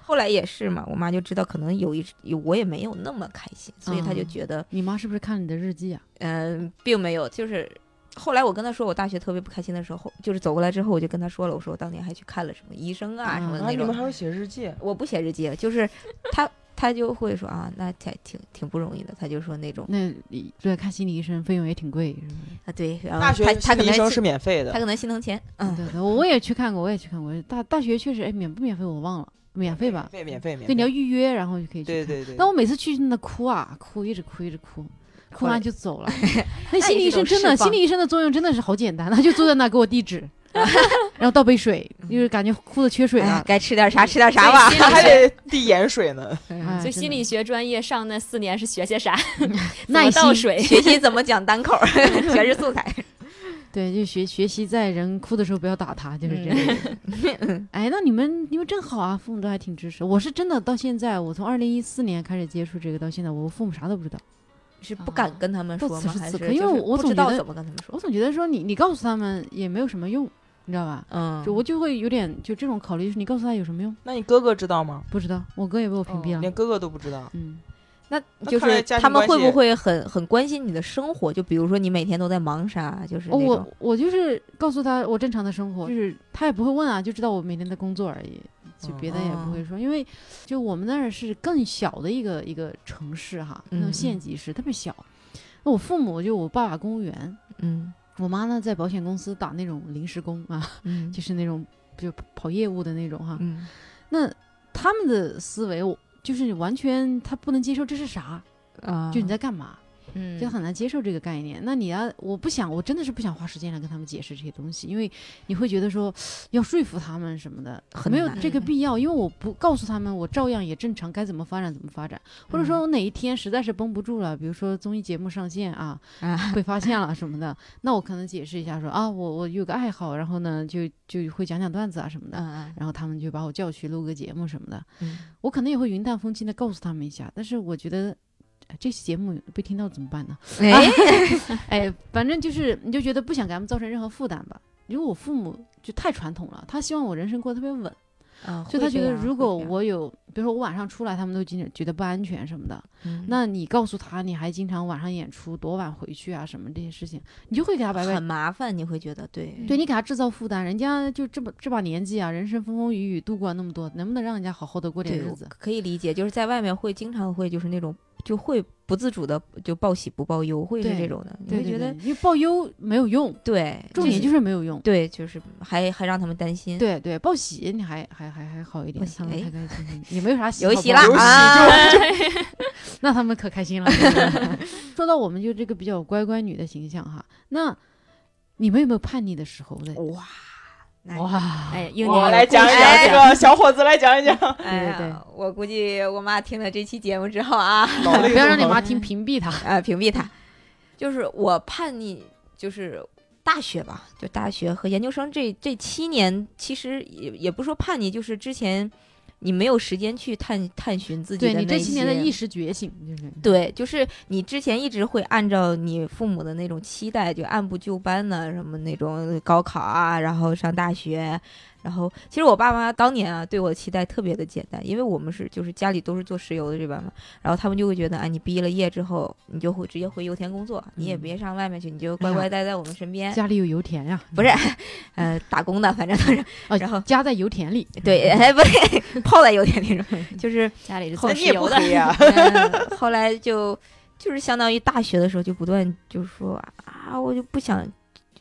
S3: 后来也是嘛，我妈就知道可能有一有我也没有那么开心，所以她就
S1: 嗯
S3: 觉得
S1: 你妈是不是看你的日记啊？
S3: 嗯、并没有就是。后来我跟她说我大学特别不开心的时候，就是走过来之后，我就跟她说了，我说我当年还去看了什么医生啊
S1: 嗯
S3: 什么的
S4: 啊，
S3: 那
S4: 你
S3: 种
S4: 们。还会写日记？
S3: 我不写日记，就是她她就会说啊，那挺挺挺不容易的。她就说那种。
S1: 那你对看心理医生费用也挺贵，是吧？
S3: 啊，对，然后
S4: 大学
S3: 他他
S4: 心
S3: 可
S4: 理医
S3: 能
S4: 生
S3: 心
S4: 是免费
S3: 他
S4: 的，
S3: 可能心疼钱，嗯，
S1: 对对，我也去看过，我也去看过。大大学确实，哎，免不免费我忘了，免费吧？
S4: 免费免费免
S1: 对，你要
S4: 费。
S1: 预约，然后就可以去
S4: 对
S1: 看。
S4: 对对，
S1: 但我每次去那哭啊，哭，一直哭，一直哭，哭完就走 了。
S2: 哎
S1: 那心理医生真
S3: 那
S1: 的，
S3: 也是一种释放
S1: 心理医生的作用真的是好简单，他 就坐在那儿给我递纸，然后倒杯水，
S2: 嗯
S1: 就是感觉哭的缺水
S3: 哎
S1: 了。
S3: 该吃点啥吃点啥
S2: 对
S3: 吧
S2: 心。
S4: 他还得递盐水呢。
S3: 啊
S1: 哎
S2: 所以心理学专业上那四年是 学些啥？怎
S1: 耐
S2: 么倒
S1: 心
S2: 水，
S3: 学习怎么讲单 口儿，全是素材。
S1: 对，就学学习，在人哭的时候不要打他，就是这样。
S2: 嗯
S1: 哎，那你们你们真好啊，父母都还挺支持。我是真的到现在，我从二零一四年开始接触这个到现在，我父母啥都不知道。
S3: 是哦不敢跟他们说
S1: 到此
S3: 吗？
S1: 时
S3: 还
S1: 此
S3: 是
S1: 刻因为
S3: 就是
S1: 我我
S3: 不
S1: 总
S3: 知
S1: 觉
S3: 道
S1: 得
S3: 怎么跟他们说
S1: 我？总觉得说你你告诉他们也没有什么用，你知道吧？
S3: 嗯，
S1: 就我就会有点就这种考虑，就是你告诉他有什么用？
S4: 那你哥哥知道吗？
S1: 不知道，我哥也被我屏蔽了。
S4: 连哥哥都不知道。
S1: 嗯，
S3: 那
S4: 那
S3: 就
S4: 看来
S3: 是
S4: 家庭
S3: 他们会
S4: 关系
S3: 不会很很关心你的生活？就比如说你每天都在忙啥，就是
S1: 哦，
S3: 那
S1: 我
S3: 种
S1: 我就是告诉他我正常的生活，就是他也不会问啊，就知道我每天在工作而已，就别的也不会说，因为就我们那儿是更小的一个一个城市哈，那
S3: 嗯
S1: 种
S3: 嗯
S1: 县级市特别小。那我父母就我爸爸公务员，
S3: 嗯
S1: 我妈呢在保险公司打那种临时工啊，
S3: 嗯
S1: 就是那种就跑业务的那种哈。
S3: 嗯
S1: 那他们的思维我就是完全他不能接受这是啥，
S3: 啊，
S1: 就你在干嘛。
S3: 嗯
S1: 就很难接受这个概念。那你要，我不想，我真的是不想花时间来跟他们解释这些东西，因为你会觉得说要说服他们什么的，
S3: 很
S1: 没有
S3: 难
S1: 这个必要。因为我不告诉他们，我照样也正常该怎么发展怎么发展，或者说
S3: 嗯
S1: 我哪一天实在是绷不住了，比如说综艺节目上线啊，
S3: 啊
S1: 被发现了什么的，那我可能解释一下说啊，我我有个爱好，然后呢就就会讲讲段子啊什么的。
S3: 嗯
S1: 然后他们就把我叫去录个节目什么的，
S3: 嗯
S1: 我可能也会云淡风轻的告诉他们一下，但是我觉得哎这期节目被听到怎么办呢？
S3: 嗯，哎，
S1: 哎，反正就是你就觉得不想给他们造成任何负担吧。因为我父母就太传统了，他希望我人生过得特别稳，
S3: 啊
S1: 所以他觉得如果，
S3: 会
S1: 我有，比如说我晚上出来，他们都经觉得不安全什么的。
S3: 这样会这样嗯
S1: 那你告诉他你还经常晚上演出，多晚回去啊什么这些事情，你就会给他白白
S3: 很麻烦，你会觉得对
S1: 对你给他制造负担。人家就这么这把年纪啊，人生风风雨雨度过那么多，能不能让人家好好的过点
S3: 对，
S1: 日
S3: 我
S1: 子？
S3: 可以理解，就是在外面会经常会就是那种就会不自主的就报喜不报忧，会是
S1: 对
S3: 这种的，你
S1: 对
S3: 会
S1: 对
S3: 觉得
S1: 对因为报忧没有用，
S3: 对，
S1: 重点就是没有用。
S3: 对，就是还还让他们担心，
S1: 对对，报喜你还还还还好一点
S3: 报，喜
S1: 他们
S3: 哎
S1: 开开心心，也没 有啥喜
S3: 有
S1: 好
S3: 喜
S1: 报
S3: 啦
S1: 忧
S4: 有喜
S3: 啊，
S1: 那他们可开心了。说到我们就这个比较乖乖女的形象哈，那你们有没有叛逆的时候的？
S3: 哇，那
S1: 哇，
S2: 哎，英
S4: 我
S2: 年
S4: 来讲一讲这个小伙子，来讲 一讲。
S3: 哎呀
S1: 对对，
S3: 我估计我妈听了这期节目之后啊，
S4: 老泪
S1: 不要让你
S4: 纵横
S1: 妈听，屏蔽她。
S3: 啊，屏蔽她，就是我叛逆，就是。大学吧，就大学和研究生这这七年，其实也也不说叛逆，就是之前你没有时间去探探寻自己
S1: 对
S3: 的
S1: 你这
S3: 那
S1: 些年的
S3: 些
S1: 意识觉醒，就是
S3: 对，就是你之前一直会按照你父母的那种期待，就按部就班的什么那种高考啊，然后上大学，然后其实我爸妈当年啊对我的期待特别的简单，因为我们是就是家里都是做石油的这边嘛，然后他们就会觉得啊，你毕了业之后你就会直接回油田工作，你也
S1: 嗯
S3: 别上外面去，你就
S1: 哎
S3: 乖
S1: 呀
S3: 乖待在我们身边，
S1: 家里有油田呀，
S3: 哎不是，呃，打工的，反正都是，
S1: 哦
S3: 然后
S1: 家在油田里，
S3: 对， 哎，不对，泡在油田那种，就是
S2: 家里是
S4: 那
S2: 做
S4: 你
S2: 石
S4: 也不
S2: 油的，
S4: 黑 呀、
S3: 嗯后来就就是相当于大学的时候就不断就说啊，我就不想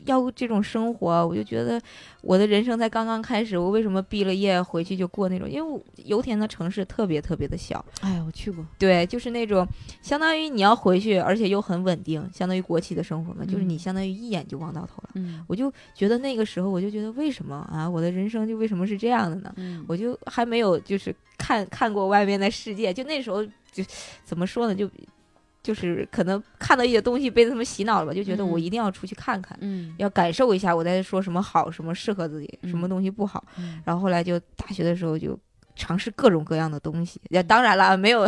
S3: 要这种生活，我就觉得我的人生才刚刚开始，我为什么毕了业回去就过那种？因为我油田的城市特别特别的小，
S1: 哎，我去过，
S3: 对，就是那种相当于你要回去，而且又很稳定，相当于国企的生活嘛，就是你
S1: 嗯
S3: 相当于一眼就望到头了。
S1: 嗯
S3: 我就觉得那个时候，我就觉得为什么啊，我的人生就为什么是这样的呢？
S1: 嗯，
S3: 我就还没有就是看看过外面的世界，就那时候就怎么说呢，就就是可能看到一些东西被他们洗脑了吧，就觉得
S1: 嗯
S3: 我一定要出去看看，
S1: 嗯
S3: 要感受一下我在说什么好，什么适合自己，什么
S1: 嗯
S3: 东西不好。
S1: 嗯
S3: 然后后来就大学的时候就尝试各种各样的东西，也当然了，没有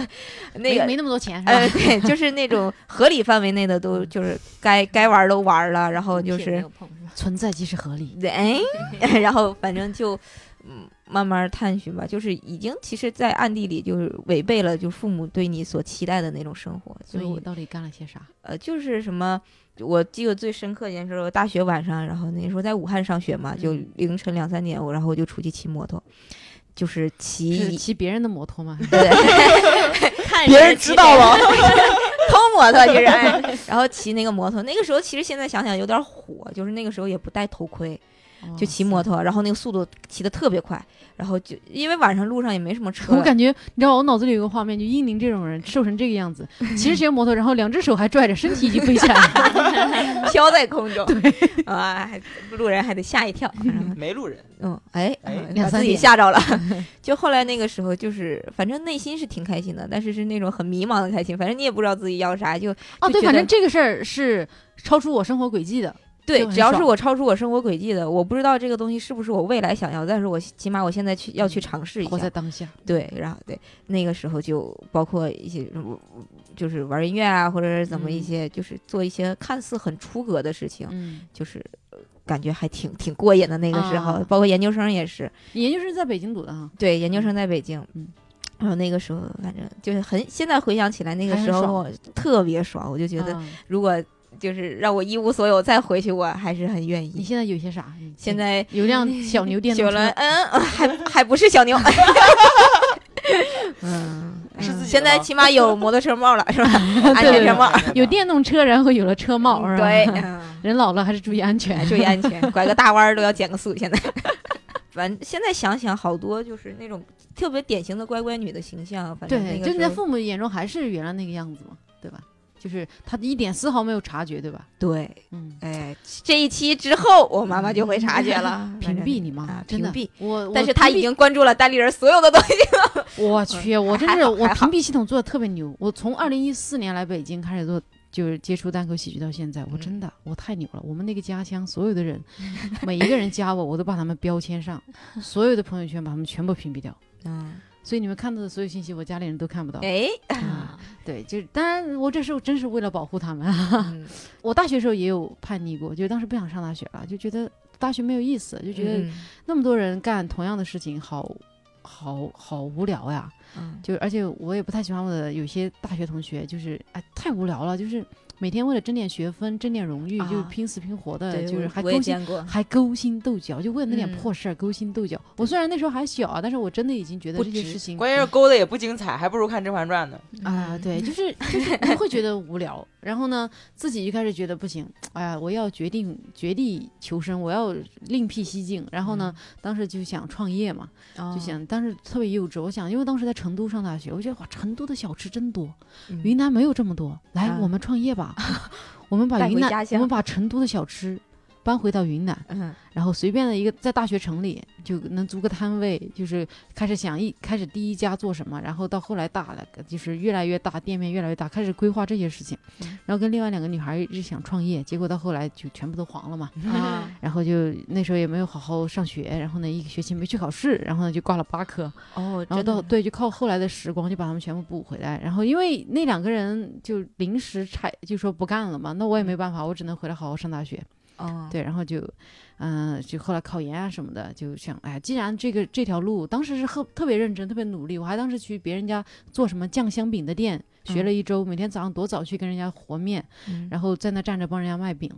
S3: 那
S1: 没
S3: 个
S1: 没那么多钱是吧？
S3: 呃，对，就是那种合理范围内的都就是该该玩儿都玩儿了，然后就
S2: 品没
S3: 是
S2: 有碰 是吧
S1: 存在即是合理，
S3: 对， 哎然后反正就嗯慢慢探寻吧，就是已经其实，在暗地里就是违背了就父母对你所期待的那种生活，
S1: 所
S3: 所
S1: 以
S3: 以
S1: 我到底干了些啥？
S3: 呃就是什么。我记得最深刻一件事，我大学晚上，然后那时候在武汉上学嘛，就
S1: 嗯
S3: 凌晨两三点，我然后我就出去骑摩托，就是骑
S1: 是
S3: 一
S1: 骑别人的摩托吗？
S3: 对，
S2: 看
S4: 别人
S2: 骑
S4: 知道 了，
S3: 偷摩托居 然，然后骑那个摩托，那个时候其实现在想想有点火，就是那个时候也不戴头盔，
S1: 哦
S3: 就骑摩托，然后那个速度骑得特别快，然后就因为晚上路上也没什么车，
S1: 我感觉，你知道，我脑子里有个画面，就英宁这种人瘦成这个样 子，骑着骑着摩托，然后两只手还拽着，身体已经飞起来了。
S3: 飘在空 中，对啊，还路人还得吓一跳，然后
S4: 没路 人，
S3: 嗯，哎，
S4: 哎
S3: 啊
S1: 两
S3: 把
S1: 三
S3: 自己
S1: 点
S3: 吓着了。就后来那个时候，就是反正内心是挺开心的，但是是那种很迷茫的开心，反正你也不知道自己要啥，就
S1: 哦，
S3: 就
S1: 对，
S3: 觉
S1: 反
S3: 得
S1: 正这个事儿是超出我生活轨迹的。
S3: 对
S1: 就，很
S3: 只要是
S1: 爽
S3: 我超出我生活轨迹的，我不知道这个东西是不是我未来想要，但是我起码我现在去要去尝试一
S1: 活在
S3: 下。
S1: 当下，
S3: 对，然后对那个时候就包括一些嗯就是玩音乐啊，或者是怎么一
S1: 嗯
S3: 些，就是做一些看似很出格的事情，
S1: 嗯，
S3: 就是呃感觉还挺挺过瘾的。那个时候，
S1: 啊
S3: 包括研究生也是，
S1: 研究生在北京读的啊，
S3: 对，研究生在北京，
S1: 嗯，
S3: 然后那个时候反正就是很，现在回想起来那个
S1: 还很
S3: 时候
S1: 爽
S3: 我特别爽，我就觉得
S1: 啊
S3: 如果就是让我一无所有再回去，我还是很愿
S1: 你
S3: 意。
S1: 现在有些啥？你
S3: 现在
S1: 有辆小牛电
S3: 久
S1: 动
S3: 了，
S1: 车，
S3: 嗯，还还不是小牛，嗯，
S4: 是自己
S3: 现在
S4: 的吗
S3: 起码有摩托车帽了，是吧？安
S1: 对
S3: 全
S1: 对
S3: 车帽，
S1: 有 电动车，然后有了车帽，是吧？
S3: 对，，嗯
S1: 人老了还是注意安全。
S3: 注意安全，拐个大弯儿都要减个速。现在，反正现在想想，好多就是那种特别典型的乖乖女的形象。 反正
S1: 对，
S3: 那
S1: 就
S3: 个
S1: 你
S3: 时
S1: 在
S3: 候，
S1: 父母眼中还是原来那个样子嘛，对吧？就是他一点丝毫没有察觉，对吧？
S3: 对，
S1: 嗯，
S3: 哎，这一期之后，我妈妈就会察觉了，
S1: 屏蔽你
S3: 啊
S1: 妈，真
S3: 屏
S1: 的
S3: 蔽。
S1: 我，我
S3: 但是她
S1: 屏蔽
S3: 已经关注了单立人所有的东西。
S1: 我去，我真
S3: 还
S1: 是
S3: 好
S1: 我
S3: 还好
S1: 屏蔽系统做的特别牛。我从二零一四年来北京开始做，就是接触单口喜剧到现在，
S3: 嗯
S1: 我真的我太牛了。我们那个家乡所有的人， 每一个人加我，我都把他们标签 上，所有的朋友圈把他们全部屏蔽掉。
S3: 嗯，
S1: 所以你们看到的所有信息，我家里人都看不到。
S3: 哎，
S1: 啊，对，就是当然，我这时候真是为了保护他们。
S3: 嗯
S1: 我大学时候也有叛逆过，就当时不想上大学了，就觉得大学没有意思，就觉得
S3: 嗯
S1: 那么多人干同样的事情，好好好无聊呀。
S3: 嗯
S1: 就而且我也不太喜欢我的有些大学同学，就是哎太无聊了，就是每天为了争点学分、争点荣誉，就
S3: 啊
S1: 拼死拼活的，
S3: 对，
S1: 就是还
S3: 我也
S1: 勾心
S3: 见过，
S1: 还勾心斗角，就为了那点
S3: 嗯
S1: 破事儿勾心斗角。我虽然那时候还小啊，但是我真的已经觉得
S3: 不
S1: 这些
S3: 值
S1: 事情
S4: 关键是勾的也不精彩，还不如看《甄嬛传》呢。
S1: 啊， 对，就是就是不会觉得无聊，然后呢，自己就开始觉得不行，哎呀，我要决定绝地求生，我要另辟蹊径。然后呢，
S3: 嗯
S1: 当时就想创业嘛，就
S3: 就
S1: 想当时特别幼稚，我想，因为当时在成都上大学，我觉得哇，成都的小吃真多，
S3: 嗯
S1: 云南没有这么多，来，
S3: 啊
S1: 我们创业吧，我们把
S3: 带
S1: 云
S3: 回
S1: 南
S3: 家，
S1: 我
S3: 乡
S1: 们把成都的小吃搬回到云南，
S3: 嗯，
S1: 然后随便的一个在大学城里就能租个摊位，就是开始想一开始第一家做什么，然后到后来大了，就是越来越大，店面越来越大，开始规划这些事情，
S3: 嗯
S1: 然后跟另外两个女孩一直想创业，结果到后来就全部都黄了
S3: 嗯
S1: 嘛，
S2: 啊，
S1: 然后就那时候也没有好好上学，然后呢一个学期没去考试，然后呢就挂了八科，
S3: 哦，
S1: 然后
S3: 真的
S1: 到对，就靠后来的时光就把他们全部补回来。然后因为那两个人就临时拆，就说不干了嘛，那
S3: 嗯
S1: 我也没办法，我只能回来好好上大学。
S3: 哦，
S1: 对，然后就，嗯、就后来考研啊什么的，就想，哎，既然这个这条路，当时是特特别认真，特别努力，我还当时去别人家做什么酱香饼的店学了一周，每天早上多早去跟人家和面，
S3: 嗯，
S1: 然后在那站着帮人家卖饼，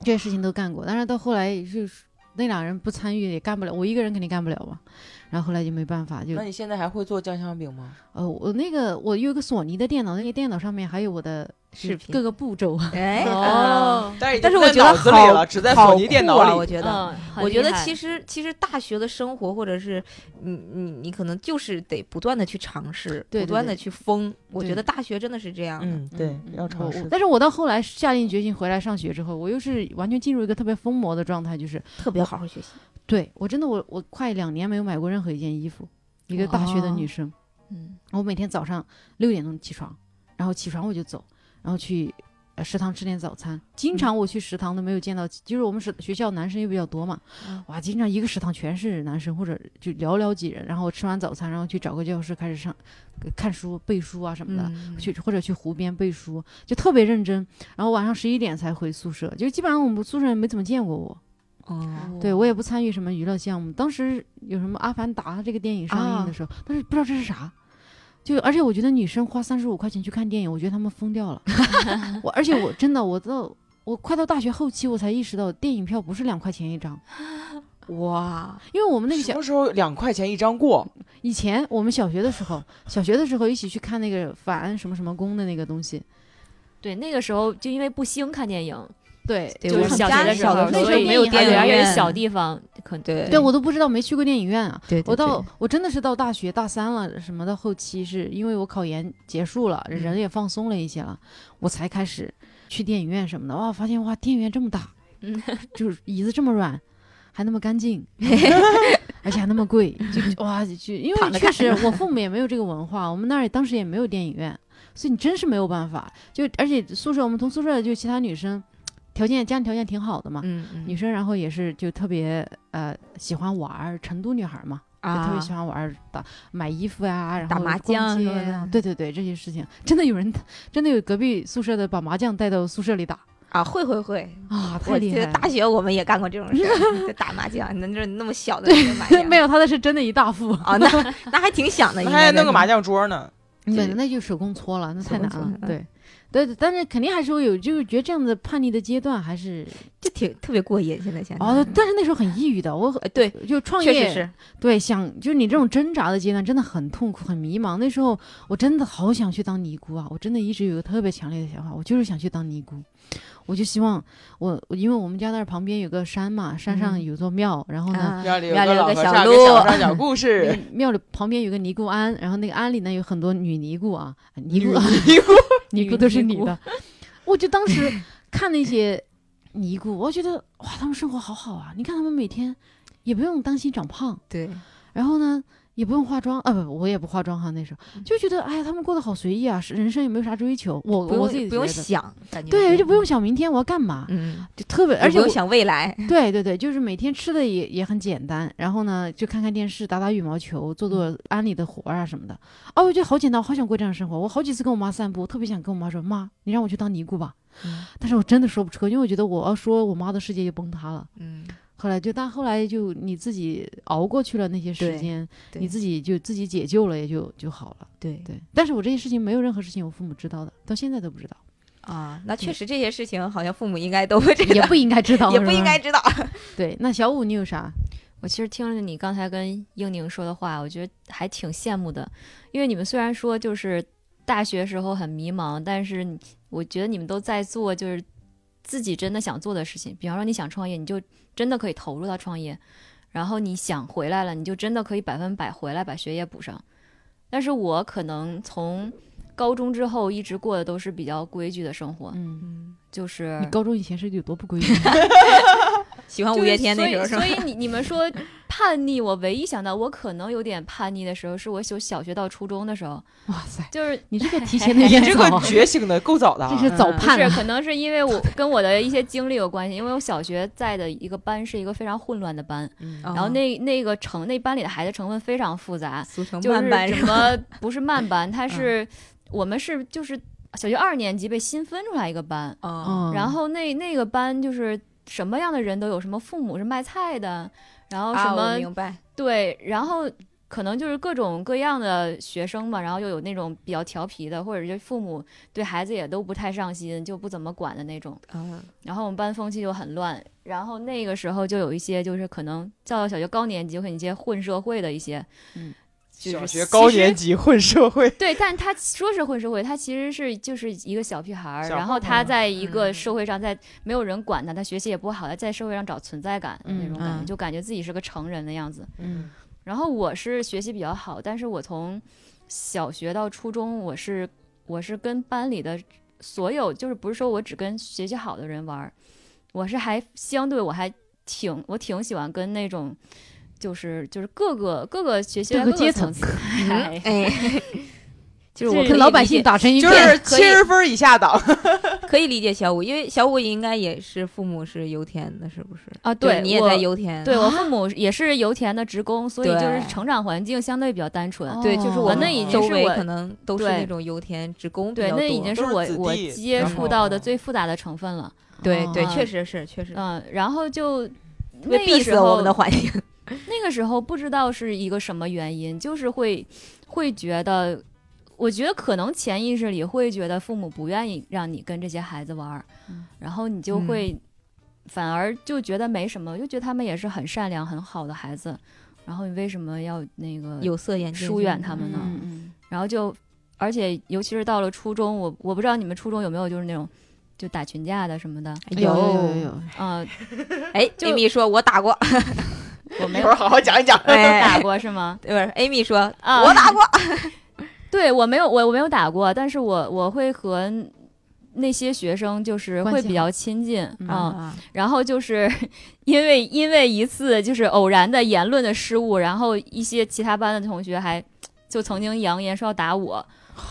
S1: 这些事情都干过。但是到后来就是那俩人不参与也干不了，我一个人肯定干不了嘛。然后后来就没办法，就
S4: 那你现在还会做酱香饼吗？
S1: 呃，我那个我有一个索尼的电脑，那个电脑上面还有我的就是
S3: 视频
S1: 各个步骤。啊
S3: 哎，
S2: 哦，
S4: 但是已
S3: 但
S4: 经
S3: 是我
S4: 在
S3: 觉得
S4: 脑子里
S3: 好
S4: 了，只在
S3: 好
S4: 索尼电
S3: 酷
S4: 脑
S3: 啊
S4: 里。
S3: 我觉得。
S2: 嗯，
S3: 我觉得其
S2: 实
S3: 实其实大学的生活，或者是你你你可能就是得不断的去尝试，
S1: 对对
S3: 不断的
S1: 对
S3: 去疯。我觉
S1: 对
S3: 得大学真的是这样的。
S4: 嗯， 对，
S1: 嗯
S4: 要
S1: 嗯
S4: 尝
S1: 我
S4: 试
S1: 我。但是我到后来下定决心回来上学之后，我又是完全进入一个特别疯魔的状态，就是
S3: 特别好好学习。
S1: 对我真的我我快两年没有买过任何一件衣服，一个大
S4: 哦
S1: 学的女生，
S2: 嗯，
S1: 我每天早上六点钟起床，然后起床我就走，然后去。呃食堂吃点早餐，
S3: 嗯
S1: 经常我去食堂都没有见到，就是我们是学校男生也比较多嘛，
S3: 嗯
S1: 哇，经常一个食堂全是男生或者就寥寥几人，然后吃完早餐，然后去找个教室开始上呃看书、背书啊什么的，
S3: 嗯，
S1: 去或者去湖边背书，就特别认真。然后晚上十一点才回宿舍，就基本上我们宿舍人没怎么见过我。
S3: 哦，
S1: 对我也不参与什么娱乐项目。当时有什么《阿凡达》这个电影上映的时候，但是不知道这是啥。就而且我觉得女生花三十五块钱去看电影，我觉得她们疯掉了。我而且我真的我到我快到大学后期，我才意识到电影票不是两块钱一张，
S3: 哇，
S1: 因为我们那个
S4: 什
S1: 小
S4: 么时候两块钱一张过？
S1: 以前我们小学的时候，小学的时候一起去看那个反什么什么宫的那个东西，
S2: 对，那个时候就因为不兴看电影，
S1: 对，
S3: 对
S2: 就
S3: 我
S2: 是
S3: 们
S2: 小
S3: 家
S2: 学的时
S3: 小的
S2: 候，
S3: 时候
S2: 所
S3: 是
S2: 以
S3: 没有电
S2: 幼儿园
S3: 影院
S2: 小地方，可能
S3: 对
S1: 对我都不知道没去过电影院啊。
S3: 对，
S1: 我
S3: 对
S1: 到我真的是到大学大三了什么的后期，是因为我考研结束了，人
S3: 嗯
S1: 也放松了一些了，我才开始去电影院什么的。哇，发现哇，电影院这么大，
S2: 嗯，
S1: 就是椅子这么软，还那么干 净，而且还那么贵，就哇，就因
S3: 躺
S1: 为
S3: 着
S1: 确
S3: 看
S1: 实我父母也没有这个文化，我们那儿也当时也没有电影院，所以你真是没有办法。就而且宿舍我们同宿舍就其他女生，条件家庭条件挺好的嘛，
S3: 嗯嗯
S1: 女生然后也是就特别呃喜欢玩儿，成都女孩儿嘛，
S3: 啊
S1: 就特别喜欢玩儿打买衣服呀、然后
S3: 打麻
S1: 逛
S3: 将
S1: 街
S3: 什么
S1: 呀
S3: 的
S1: 对对对，这些事情真的有人真的有隔壁宿舍的把麻将带到宿舍里打
S3: 啊，会会会，
S1: 啊，太
S3: 我
S1: 厉
S3: 记
S1: 害
S3: 得
S1: 了！
S3: 大学我们也干过这种事儿，就打麻将，那那那么小的一个麻 将，
S1: 没有，他的是真的一大副，
S3: 啊，那那还挺响的，
S4: 那还弄个麻
S3: 将，
S4: 将桌呢？
S1: 对，
S3: 对
S1: 那就手工搓了，那
S3: 手
S1: 太
S3: 工
S1: 难
S3: 搓
S1: 了。
S3: 嗯
S1: 对，对，但是肯定还是会有，就是觉得这样的叛逆的阶段还是
S3: 就挺特别过瘾。现在想想
S1: 哦，，但是那时候很抑郁的，我很
S3: 呃对，
S1: 就创
S3: 确
S1: 业
S3: 实是，
S1: 对，想就是你这种挣扎的阶段，真的很痛苦、很迷茫。那时候我真的好想去当尼姑啊！我真的一直有个特别强烈的想法，我就是想去当尼姑。我就希望我，我因为我们家那儿旁边有个山嘛，山上
S3: 嗯
S1: 有座庙，然后呢，
S3: 啊
S4: 庙里有
S3: 要
S4: 个
S3: 留
S4: 老
S3: 个
S4: 和
S3: 小
S4: 尚
S3: 路
S4: 给小和尚讲故
S1: 那
S4: 事
S1: 个，庙里旁边有个尼姑庵，然后那个庵里呢有很多女尼姑啊，尼姑啊， 尼姑都是
S2: 女尼
S1: 女
S2: 姑
S1: 的。 我就当 时看那些尼姑，我觉得哇，他们生活好好啊！你看他们每天也不用担心长胖。
S3: 对，
S1: 然后呢，也不用化妆啊，不，我也不化妆哈。那时
S3: 嗯
S1: 候就觉得，哎呀，他们过得好随意啊，是人生也没有啥追求。我
S3: 不
S1: 我自己
S3: 用不用
S1: 觉得
S3: 想，感觉
S1: 对，
S3: 是
S1: 就不用，想明天我要干嘛，
S3: 嗯，
S1: 就特别，而
S3: 也
S1: 且
S3: 不用
S1: 我
S3: 想未来，
S1: 对对对，就是每天吃的也也很简单，然后呢，就看看电视，打打羽毛球，做做
S3: 嗯
S1: 安利的活儿啊什么的。哦，我觉得好简单，我好想过这样的生活。我好几次跟我妈散步，我特别想跟我妈说，妈，你让我去当尼姑吧。
S3: 嗯
S1: 但是我真的说不出口，因为我觉得我要说，我妈的世界就崩塌了。
S3: 嗯，
S1: 后来就，但后来就你自己熬过去了那些时
S3: 对
S1: 间，
S3: 对
S1: 你自己就自己解救了，也就就好了。
S3: 对
S1: 对，但是我这些事情没有任何事情我父母知道的，到现在都不知道，
S3: 啊，那确实这些事情好像父母应该都会这
S1: 也
S3: 个，
S1: 不应该知道，
S3: 也
S1: 是
S3: 不应
S1: 吧
S3: 该知道，
S1: 对。那小五你有啥？
S2: 我其实听着你刚才跟英宁说的话，我觉得还挺羡慕的，因为你们虽然说就是大学时候很迷茫，但是你我觉得你们都在做就是自己真的想做的事情。比方说你想创业，你就真的可以投入到创业；然后你想回来了，你就真的可以百分百回来把学业补上。但是我可能从高中之后一直过的都是比较规矩的生活，
S1: 嗯，
S3: 嗯，
S2: 就是
S1: 你高中以前是有多不规矩？
S3: 喜欢
S2: 就
S3: 啊五
S2: 是
S3: 月天那时候是
S2: 所
S3: 吧？
S2: 以所以你你们说叛逆，我唯一想到我可能有点叛逆的时候，是我小小学到初中的时候，
S1: 哇塞，
S2: 就是
S1: 你这个提前的有
S4: 你
S1: 点
S4: 这
S1: 早
S4: 个
S1: 啊，
S4: 觉醒的够早的啊
S1: 这！是早
S3: 嗯
S2: 不
S1: 判
S2: 是
S1: 了。
S2: 可能是因为我跟我的一些经历有关系，因为我小学在的一个班是一个非常混乱的班，
S4: 嗯
S3: 然
S2: 然后那那个成那班里的孩子成分非常复杂，
S3: 俗 成
S2: 就是
S3: 慢班嗯
S2: 什么不是慢班，它是我们是就是小学二年级被新分出来一个班，
S3: 哦，
S1: 嗯，
S2: 然后那那个班就是什么样的人都有，什么父母是卖菜的，然后什
S3: 啊，我
S2: 么
S3: 明白，
S2: 对，然后可能就是各种各样的学生嘛，然后又有那种比较调皮的，或者是父母对孩子也都不太上心，就不怎么管的那种。
S3: 嗯
S2: 然后我们班风气就很乱，然后那个时候就有一些就是可能到小学高年级会有一些混社会的一些，
S1: 嗯，
S2: 就是
S4: 小学高
S2: 其实
S4: 年级混社会，
S2: 对，但他说是混社会，他其实是就是一个小屁孩儿，
S4: 小
S2: 然
S4: 混
S2: 后
S4: 混
S2: 他
S4: 儿
S2: 在一个
S3: 嗯
S2: 社会上，在没有人管他，他学习也不好，他在社会上找存在感那
S1: 嗯
S2: 种感觉，
S3: 嗯
S2: 就感觉自己是个成人的样子。
S1: 嗯
S2: 然后我是学习比较好，但是我从小学到初中，我是我是跟班里的所有，就是不是说我只跟学习好的人玩儿，我是还相对我还挺我挺喜欢跟那种。就是就是各个各个学习
S1: 各
S2: 在
S1: 个
S2: 各
S1: 阶
S2: 层
S1: 层
S2: 次， 哎
S3: 嗯，哎，就
S2: 嗯这
S3: 是我
S2: 是
S3: 可
S1: 跟
S3: 以
S1: 老百
S3: 理
S1: 姓
S3: 解
S1: 打成一
S4: 就
S1: 片。
S4: 是七十分以下档。
S3: 可以理解小五，因为小五也应该也是父母是油田的，是不是？
S2: 啊，
S3: 就
S2: 对，
S3: 你也
S2: 我
S3: 在啊油田，
S2: 对我 父母也是油田的职工，所以就是
S3: 对哦
S2: 成长环境相对比较单纯。
S3: 对，就是我
S2: 啊
S3: 们
S2: 那已经
S3: 周
S2: 是
S3: 围
S2: 我
S3: 可能都是
S2: 对
S3: 那种油田职工比
S2: 对，
S3: 较
S2: 那已
S3: 多
S2: 经
S4: 都是
S2: 我
S4: 子
S2: 我
S4: 弟
S2: 接
S4: 然
S2: 触
S4: 后
S2: 到的最复杂的成分了。
S3: 对对，
S1: 哦
S3: 确实是确实，
S2: 嗯，然后就
S3: 特别
S2: 那个
S3: 闭
S2: 时
S3: 塞我
S2: 候
S3: 们的，环境。
S2: 那个时候不知道是一个什么原因，就是会会觉得，我觉得可能潜意识里会觉得父母不愿意让你跟这些孩子玩儿，
S1: 嗯
S2: 然后你就会反而就觉得没什么，就觉得他们也是很善良很好的孩子，然后你为什么要那个
S3: 有色眼镜
S2: 疏
S3: 是
S2: 远
S3: 吗
S2: 他们呢
S1: 嗯嗯
S2: 然后就，而且尤其是到了初中，我我不知道你们初中有没有就是那种就打群架的什么的，
S3: 哎
S1: 嗯，有有
S3: 有，
S1: 有，
S2: 嗯、
S3: 哎
S2: 就
S3: ，Amy 说我打过，
S2: 我没
S4: 一
S2: 有
S4: 会儿好好讲一讲。
S2: 打
S3: 哎，
S2: 过是吗？
S3: 对不是，Amy 说
S2: 啊
S3: 我打过，
S2: 对我没有我我没有打过，但是我我会和那些学生就是
S1: 关系
S2: 会
S1: 好
S2: 比较亲近
S1: 嗯
S2: 嗯，然后就是因为因为一次就是偶然的言论的失误，然后一些其他班的同学还就曾经扬言说要打我，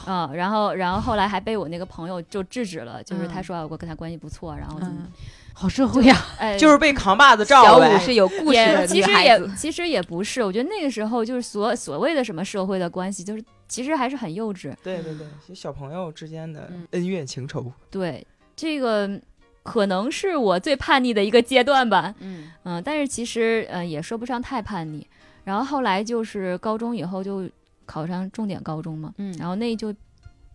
S2: 啊、然后然后后来还被我那个朋友就制止了，就是他
S3: 嗯
S2: 说啊我跟他关系不错，然后怎么
S3: 嗯，
S1: 哎好社会呀。啊
S2: 哎
S4: 就是被扛把子
S3: 小
S4: 照
S3: 五
S4: 呗。
S3: 是有故事的
S2: 也其
S3: 女
S2: 实
S3: 孩子
S2: 也，其实也不是，我觉得那个时候就是所所谓的什么社会的关系，就是其实还是很幼稚，
S4: 对对对，其实小朋友之间的
S1: 嗯
S4: 恩怨情仇。
S2: 对这个。可能是我最叛逆的一个阶段吧，
S1: 嗯
S2: 嗯，但是其实嗯、呃也说不上太叛逆。然后后来就是高中以后就考上重点高中嘛，
S1: 嗯
S2: 然后那就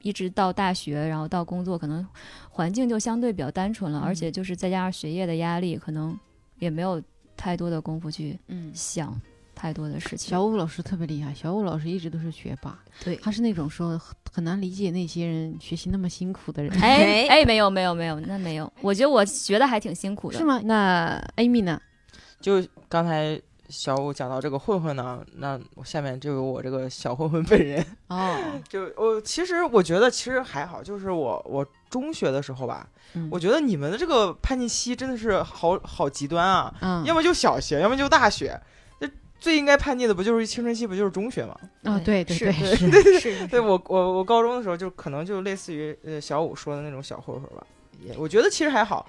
S2: 一直到大学，然后到工作，可能环境就相对比较单纯了，
S1: 嗯
S2: 而且就是再加上学业的压力，可能也没有太多的功夫去
S1: 嗯，
S2: 想太多的事情。
S1: 小武老师特别厉害，小武老师一直都是学霸，
S3: 对
S1: 他是那种说很难理解那些人学习那么辛苦的人。
S2: 哎哎，没有没有没有，那没有，我觉得我学的还挺辛苦 的。
S1: 是吗？那 Amy 呢？
S4: 就刚才小五讲到这个混混呢，那我下面就有我这个小混混本人。
S1: 哦，
S4: 就我其实我觉得其实还好，就是我我中学的时候吧，
S1: 嗯
S4: 我觉得你们的这个叛逆期真的是好好极端啊，
S1: 嗯
S4: 要么就小学，要么就大学。那最应该叛逆的不就是青春期，不就是中学吗？
S1: 啊，对对
S2: 是
S1: 对，
S2: 是是 是
S4: 对我我我高中的时候就可能就类似于呃小五说的那种小混混吧，也我觉得其实还好，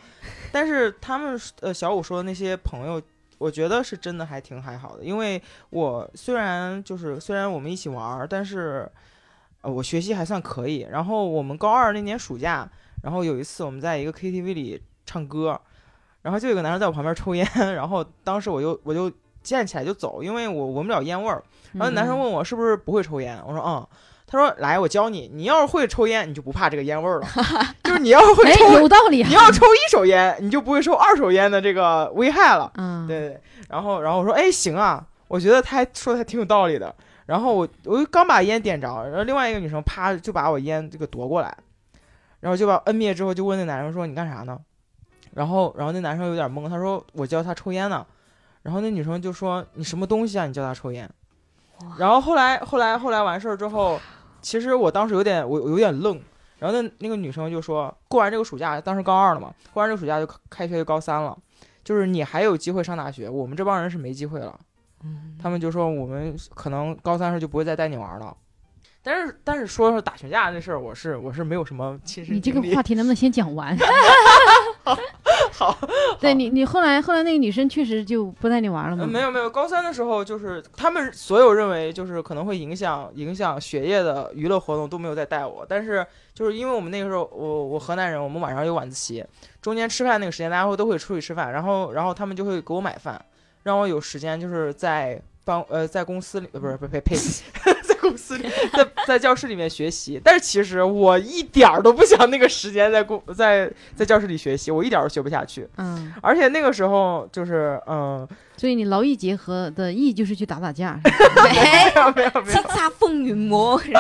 S4: 但是他们呃小五说的那些朋友，我觉得是真的还挺还好的，因为我虽然就是虽然我们一起玩儿，但是呃我学习还算可以。然后我们高二那年暑假，然后有一次我们在一个 KTV 里唱歌，然后就有个男生在我旁边抽烟，然后当时我就我就站起来就走，因为我闻不了烟味儿。然后
S1: 嗯
S4: 男生问我是不是不会抽烟，我说嗯。他说：“来，我教你。你要是会抽烟，你就不怕这个烟味儿 了。就是你要是会
S1: 哎
S4: 抽，，
S1: 有道理啊
S4: 你。要抽一手烟，你就不会受二手烟的这个危害了。
S1: 嗯，
S4: 对对。然后，然后我说，哎，行啊，我觉得他还说的还挺有道理的。然后我我就刚把烟点着，然后另外一个女生啪就把我烟这个夺过来，然后就把我摁灭之后，就问那男生说你干啥呢？然后然后那男生有点懵，他说我教他抽烟呢。然后那女生就说你什么东西啊？你教他抽烟？然后后来后来后来完事儿之后，其实我当时有点我我有点愣，然后那那个女生就说，过完这个暑假，当时高二了嘛，过完这个暑假就开学就高三了，就是你还有机会上大学，我们这帮人是没机会了。
S3: 嗯
S4: 他们就说我们可能高三时候就不会再带你玩了。但是但是说说打群架这事儿，我是我是没有什么亲身
S1: 你这
S4: 经
S1: 个
S4: 历。
S1: 话题能不能先讲完？
S4: 好，
S1: 对你，你后来后来那个女生确实就不带你玩了吗？
S4: 呃没有没有，高三的时候就是他们所有认为就是可能会影响影响学业的娱乐活动都没有再带我，但是就是因为我们那个时候我我河南人，我们晚上有晚自习，中间吃饭那个时间大家会都会出去吃饭，然后然后他们就会给我买饭，让我有时间就是在帮呃在公司里呃不是不是呸 呸，在公司里在在教室里面学习，但是其实我一点儿都不想那个时间在公在在教室里学习，我一点儿都学不下去，
S1: 嗯，
S4: 而且那个时候就是嗯。
S1: 所以你劳逸结合的意义就是去打打架，
S4: 没有没有没
S3: 哎叱咤风云魔，
S4: 有，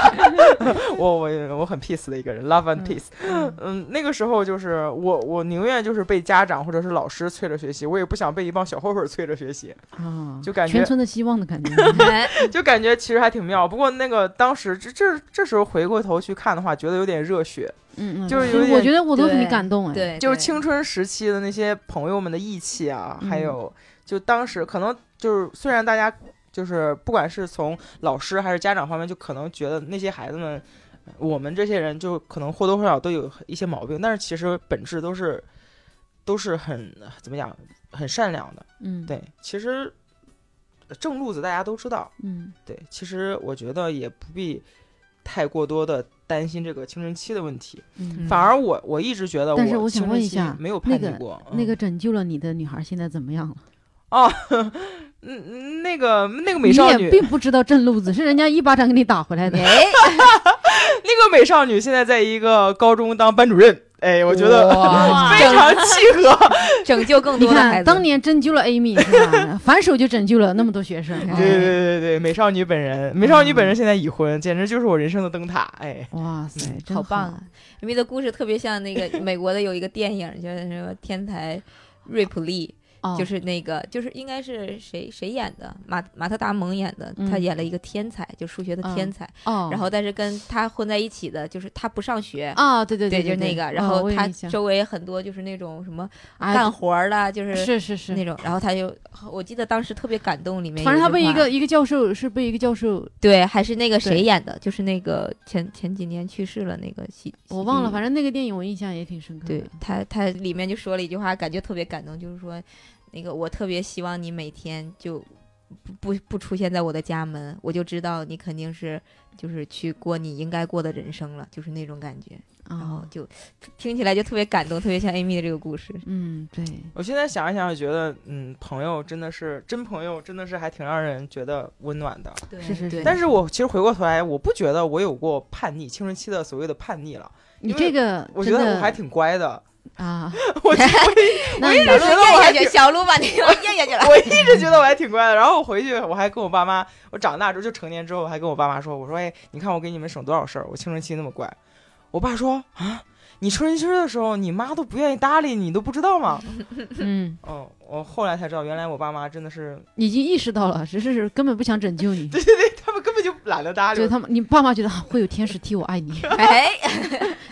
S4: 我我我很 peace 的一个人，love and peace。
S1: 嗯
S4: 嗯，那个时候就是我我宁愿就是被家长或者是老师催着学习，我也不想被一帮小混混催着学习，
S1: 啊，
S4: 就感觉
S1: 全村的希望的 感觉。
S4: 就感觉其实还挺妙。不过那个当时这这这时候回过头去看的话，觉得有点热血，
S1: 嗯嗯，
S4: 就
S1: 其
S4: 是
S1: 实
S4: 有点
S1: 我觉得我都很
S3: 对
S1: 感动哎。，
S3: 对，
S4: 就是
S3: 对
S4: 青春时期的那些朋友们的义气啊，还有就当时可能就是虽然大家就是不管是从老师还是家长方面，就可能觉得那些孩子们，我们这些人就可能或多或少都有一些毛病，但是其实本质都是都是很怎么讲，很善良的。
S1: 嗯，，
S4: 对，其实呃正路子大家都知道。
S1: 嗯
S4: 对，其实我觉得也不必太过多的担心这个青春期的问题。
S1: 嗯，
S4: 反而我我一直觉得，
S1: 但是我想
S4: 青春
S1: 问一
S4: 期
S1: 下
S4: 没有
S1: 那
S4: 叛逆
S1: 个
S4: 过
S1: 那个
S4: 嗯
S1: 拯救了你的女孩现在怎么样了？
S4: 哦，嗯，那个那个美
S1: 你
S4: 少
S1: 也
S4: 女，
S1: 并不知道正路子，是 人家一巴掌给你打回来的。
S4: 那个美少女现在在一个高中当班主任，哎，我觉得
S3: 哇
S4: 非常契合。
S3: 拯救更
S1: 你
S3: 多的孩
S1: 看，
S3: 子。
S1: 当年拯救了 Amy 是吧？ 反手就拯救了那么多学生。
S3: 嗯
S4: 对
S1: 哎
S4: 对对对对，美少女本人，美少女
S1: 嗯
S4: 本人现在已婚，简直就是我人生的灯塔，哎。
S1: 哇塞，真
S3: 好棒啊！因为的故事特别像那个美国的有一个电影，叫什么《天才瑞普利》，
S1: 哦
S3: 啊就是那个就是应该是谁谁演的，马马特达蒙演的，
S1: 嗯
S3: 他演了一个天才，就数学的天才，
S1: 哦，
S3: 然后但是跟他混在一起的就是他不上学。
S1: 啊，对对
S3: 对，
S1: 对，
S3: 就是那
S1: 对
S3: 个，然
S1: 哦
S3: 后
S1: 我有
S3: 他
S1: 印象
S3: 周围很多就是那种什么
S1: 哎
S3: 干活儿啦，就是
S1: 是是
S3: 那，种，然后他就，我记得当时特别感动，里面
S1: 反正他
S3: 有
S1: 被
S3: 句
S1: 一
S3: 话
S1: 个一个教授是被一个教授，
S3: 对，还是那个谁
S1: 对
S3: 演的，就是那个前前几年去世了那个喜，
S1: 我忘了，反
S3: 正
S1: 正那个电影我印象也挺深刻的。
S3: 对他他里面就说了一句话，感觉特别感动，就是说那个我特别希望你每天就不不不出现在我的家门，我就知道你肯定是就是去过你应该过的人生了，就是那种感觉，然后
S1: 啊，
S3: 就听起来就特别感动，特别像 Amy 的这个故事，
S1: 嗯，对，
S4: 我现在想一想，我觉得，嗯，朋友真的是真朋友，真的是还挺让人觉得温暖的。
S3: 对
S1: 是是
S3: 对
S4: 但是我其实回过头来，我不觉得我有过叛逆，青春期的所谓的叛逆了。
S1: 你
S4: 因为
S1: 这个
S4: 我觉
S1: 真
S4: 得
S1: 的
S4: 我还挺 乖的，
S1: 啊，
S4: 我
S1: 那
S4: 一直
S1: 你
S4: 觉得我还挺，
S3: 小鹿把那个咽下去 了，
S4: 我一直觉得我还挺乖的。然后我回去，我还跟我爸妈，我长大之后就成年之后，我还跟我爸妈说，我说，哎，你看我给你们省多少事儿，我青春期那么乖。我爸说啊，你青春期的时候，你妈都不愿意搭理你，你都不知道吗？
S1: 嗯，
S4: 嗯，我后来才知道，原来我爸妈真的是，
S1: 已经意识到了，只是根本不想拯救你，
S4: 对对对，他们根本就懒得搭理
S1: 就
S4: 我
S1: 是。他们，你爸妈觉得啊会有天使替我爱你，
S3: 哎，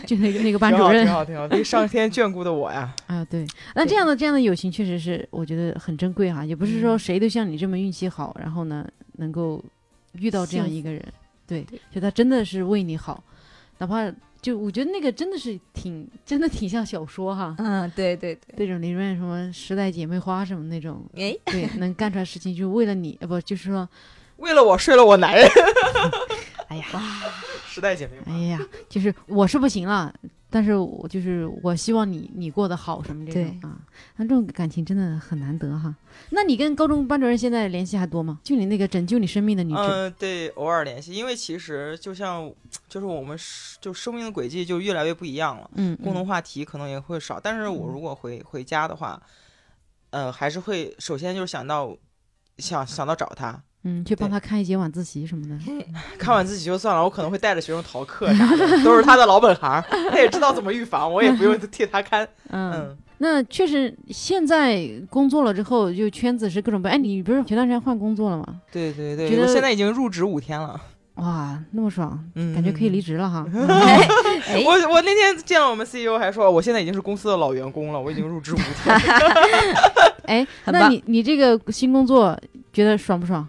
S1: 就那个那个班
S4: 挺
S1: 主
S4: 好，
S1: 任
S4: 挺好，挺好，被上天眷顾的我呀。
S1: 啊，对，那这样的这样的友情确实是我觉得很珍贵哈，也不是说谁都像你这么运气好，然后呢能够遇到这样
S3: 幸
S1: 一个人，对，就他真的是为你好，哪怕就我觉得那个真的是挺真的挺像小说哈，
S3: 嗯，对对对，
S1: 那种里面什么时代姐妹花什么那种，
S3: 哎，
S1: 对，能干出来事情就是为了你，呃，不就是说，
S4: 为了我睡了我男人，
S1: 哎 呀，
S4: 时代姐妹
S1: 哎
S4: 花。
S1: 呀，就是我是不行了，但是我就是我希望你你过得好什么这种
S3: 对
S1: 啊，那这种感情真的很难得哈。那你跟高中班主任现在联系还多吗？就你那个拯救你生命的女生，
S4: 嗯，对，偶尔联系，因为其实就像，就是我们是就生命的轨迹就越来越不一样了。
S1: 嗯，
S4: 共同
S1: 嗯
S4: 话题可能也会少。但是我如果回回家的话，呃，还是会首先就是想到想想到找他，
S1: 嗯，去帮
S4: 对
S1: 他看一节晚自习什么的，
S3: 嗯
S4: 看完自己就算了，我可能会带着学生逃课啥的， 都是他的老本行，他也知道怎么预防，我也不用替他看。
S1: 嗯，
S4: 嗯，
S1: 那确实现在工作了之后，就圈子是各种不，哎，你不是前段时间换工作了吗？
S4: 对对
S1: 觉
S4: 对，
S1: 得
S4: 我现在已经入职五天了，
S1: 哇，那么爽，
S4: 嗯，
S1: 感觉可以离职了 哈。嗯
S2: 哎哎
S4: 我我那天见了我们 CEO 还说，我现在已经是公司的老员工了，我已经入职五天了，
S1: 哎，
S3: 很
S1: 那
S3: 棒
S1: 你你这个新工作觉得爽不爽？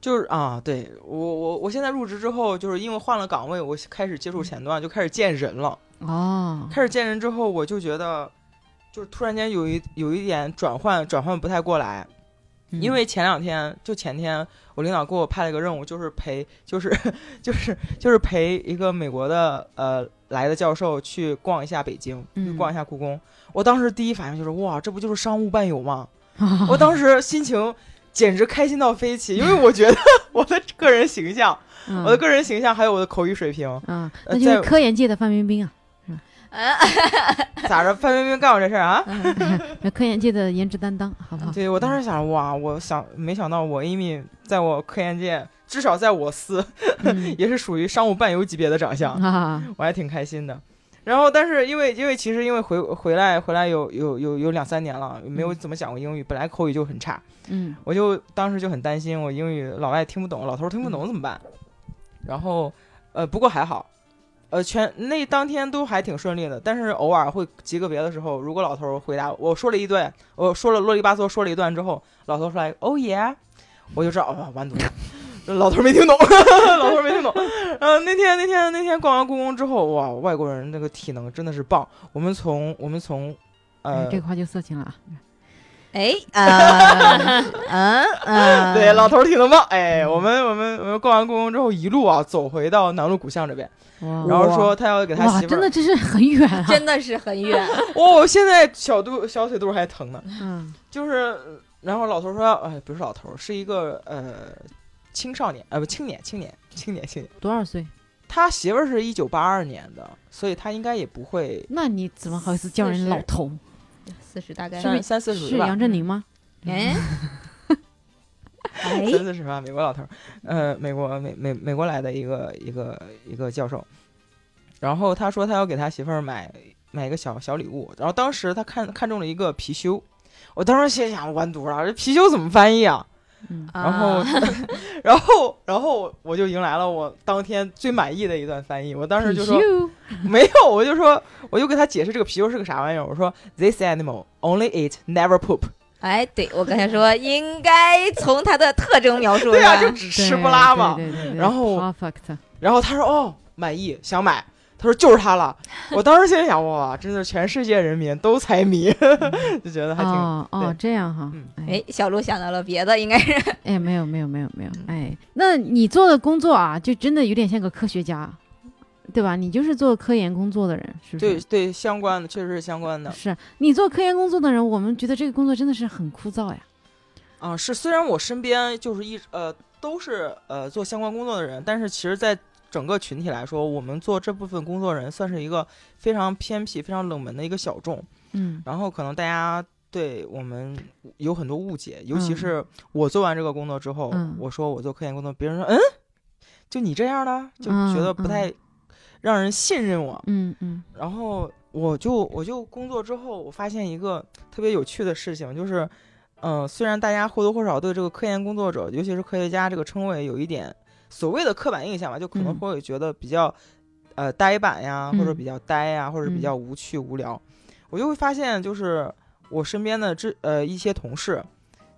S4: 就是啊，对我我我现在入职之后，就是因为换了岗位，我开始接触前端，就开始见人了。
S1: 哦，
S4: 开始见人之后，我就觉得，就是突然间有一有一点转换，转换不太过来。
S1: 嗯
S4: 因为前两天就前天，我领导给我派了一个任务，就是陪， 就是就是就是陪一个美国的呃来的教授去逛一下北京，去
S1: 嗯
S4: 逛一下故宫。我当时第一反应就是哇，这不就是商务伴 游吗？我当时心情简直开心到飞起，因为我觉得 我的个人形象，
S1: 嗯
S4: 我的个人形象还有我的口语水平，
S1: 啊，
S4: 呃
S1: 那就是
S4: 在
S1: 科研界的范冰冰啊，
S3: 嗯哎
S4: 咋着？范冰冰干我这事儿啊？
S1: 那呃科研界的颜值担当，好不好？
S4: 对我当时想，哇，我想没想到我 Amy 在我科研界，至少在我司
S1: 嗯
S4: 也是属于商务伴游级别的长相，
S1: 啊，
S4: 我还挺开心的。然后，但是因为因为其实因为回回来回来有有有有两三年了，没有
S1: 嗯
S4: 怎么讲过英语，本来口语就很差，
S1: 嗯
S4: 我就当时就很担心，我英语老外听不懂，老头儿听
S1: 嗯
S4: 不懂怎么办？然后，呃，不过还好，呃，全那当天都还挺顺利的，但是偶尔会极个别的时候，如果老头儿回答我说了一段，我说了啰里吧嗦说了一段之后，老头儿说来哦耶，我就知道哦完犊子。 老头儿没听懂，老头儿没听懂。 呃，那天那天那天逛完故宫之后，哇，外国人那个体能真的是棒。我们从我们从，
S1: 哎
S4: 呃，
S1: 这个话就色情了啊。
S3: 哎啊嗯嗯，
S4: 对，老头儿体能棒。哎，我们我们我们逛完故宫之后，一路啊走回到南锣鼓巷这边，
S1: 哇
S4: 然后说他要给他
S1: 哇，
S4: 媳妇
S1: 真
S4: 儿
S1: 的，这是很远啊。
S3: 真的是很远，
S4: 哦，现在小肚小腿肚还疼呢。
S1: 嗯
S4: 就是，然后老头儿说，哎，不是老头儿，是一个呃青少年，呃不青年青年青年青年。
S1: 多少岁？
S4: 他媳妇儿是一九八二年的，所以他应该也不会
S1: 那你怎么好意思叫人
S3: 40
S1: 老头？
S3: 四十大概
S4: 三三四十
S1: 是
S4: 吧，
S1: 杨振宁吗？
S3: 哎，哎，
S4: 三四十吧，美国老头儿，呃，美国美美美国来的一个一个一个教授，然后他说他要给他媳妇儿买买一个小小礼物，然后当时他看看中了一个貔貅，我当时心想完犊了，这貔貅怎么翻译啊？
S1: 嗯，
S4: 然
S3: 啊
S4: 后， 然后然后我就迎来了我当天最满意的一段翻译，我当时就说
S1: 貔貅
S4: 没有，我就说我就给他解释这个貔貅是个啥玩意儿，我说 this animal only eat never poop，
S3: 哎，对我刚才说应该从它的特征描述
S4: 对啊，
S3: 是
S4: 就
S3: 吧
S4: 只吃不拉嘛。
S1: 对对对对
S4: 然后
S1: perfect，
S4: 然后他说哦，满意，想买。他说就是它了。我当时心里想，哇，真的全世界人民都财迷， 就觉得还挺、
S1: 哦哦
S4: 对
S1: 这样哈
S4: 嗯，
S1: 哎
S3: 哎，小鹿想到了别的，应该是
S1: 哎没有没有没有没有，
S4: 嗯
S1: 哎，那你做的工作啊，就真的有点像个科学家，对吧？你就是做科研工作的人，是不
S4: 对
S1: 是？
S4: 对相关的，确实是相关的
S1: 是你做科研工作的人，我们觉得这个工作真的是很枯燥呀。
S4: 啊。是虽然我身边就是一直呃都是呃做相关工作的人，但是其实，在整个群体来说，我们做这部分工作人算是一个非常偏僻、非常冷门的一个小众。
S1: 嗯
S4: 然后可能大家对我们有很多误解，尤其
S1: 嗯
S4: 是我做完这个工作之后，
S1: 嗯
S4: 我说我做科研工作，别人说嗯，就你这样的，就
S1: 嗯
S4: 觉得不太让人信任我。
S1: 嗯嗯
S4: 然后我就我就工作之后，我发现一个特别有趣的事情，就是，嗯、虽然大家或多或少对这个科研工作者，尤其是科学家这个称谓有一点所谓的刻板印象吧，就可能
S1: 嗯
S4: 会觉得比较、呃呆板呀，
S1: 嗯
S4: 或者比较呆呀，或者
S1: 嗯
S4: 比较无趣无聊。我就会发现，就是我身边的这呃一些同事，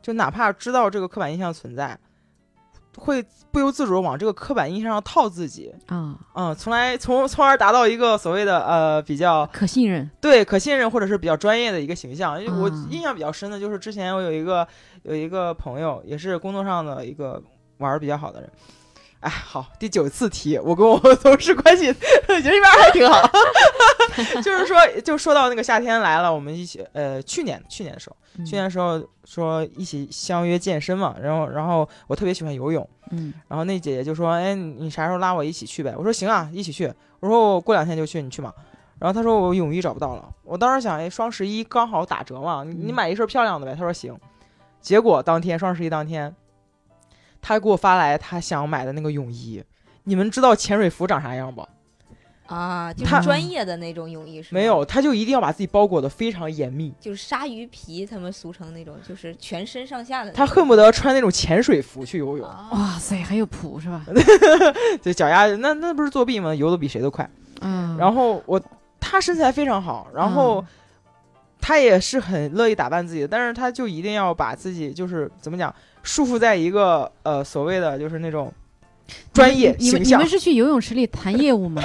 S4: 就哪怕知道这个刻板印象存在，会不由自主地往这个刻板印象上套自己。
S1: 啊，
S4: 嗯，从来从从而达到一个所谓的呃比较
S1: 可信任。
S4: 对可信任或者是比较专业的一个形象。因为我
S1: 啊
S4: 印象比较深的就是之前我有一个有一个朋友，也是工作上的一个玩儿比较好的人。哎，好，第九次提，我跟我同事关系我觉得这边还挺好， 就是说，就说到那个夏天来了，我们一起，呃，去年去年的时候，
S1: 嗯
S4: 去年的时候说一起相约健身嘛，然后然后我特别喜欢游泳，
S1: 嗯
S4: 然后那姐姐就说：“哎，你你啥时候拉我一起去呗？”我说：“行啊，一起去。”我说：“我过两天就去，你去嘛。”然后她说：“我泳衣找不到了。”我当时想：“哎，双十一刚好打折嘛，你你
S1: 嗯
S4: 买一身漂亮的呗。”她说：“行。”结果当天双十一当天，她给我发来她想买的那个泳衣。你们知道潜水服长啥样不？
S3: 啊，就
S4: 他
S3: 是专业的那种泳衣是吗
S4: 没有，，他就一定要把自己包裹的非常严密，
S3: 就是鲨鱼皮，他们俗称那种，就是全身上下的那种。
S4: 他恨不得穿那种潜水服去游泳，
S3: 啊，
S1: 哇塞，还有谱是 吧？
S4: 就脚丫那那不是作弊吗？游的比谁都快。
S1: 嗯，
S4: 然后我他身材非常好，然后他也是很乐意打扮自己的，但是他就一定要把自己就是怎么讲束缚在一个呃所谓的就是那种专业
S1: 你
S4: 形
S1: 们你
S4: 象
S1: 们。是去游泳池里谈业务 吗？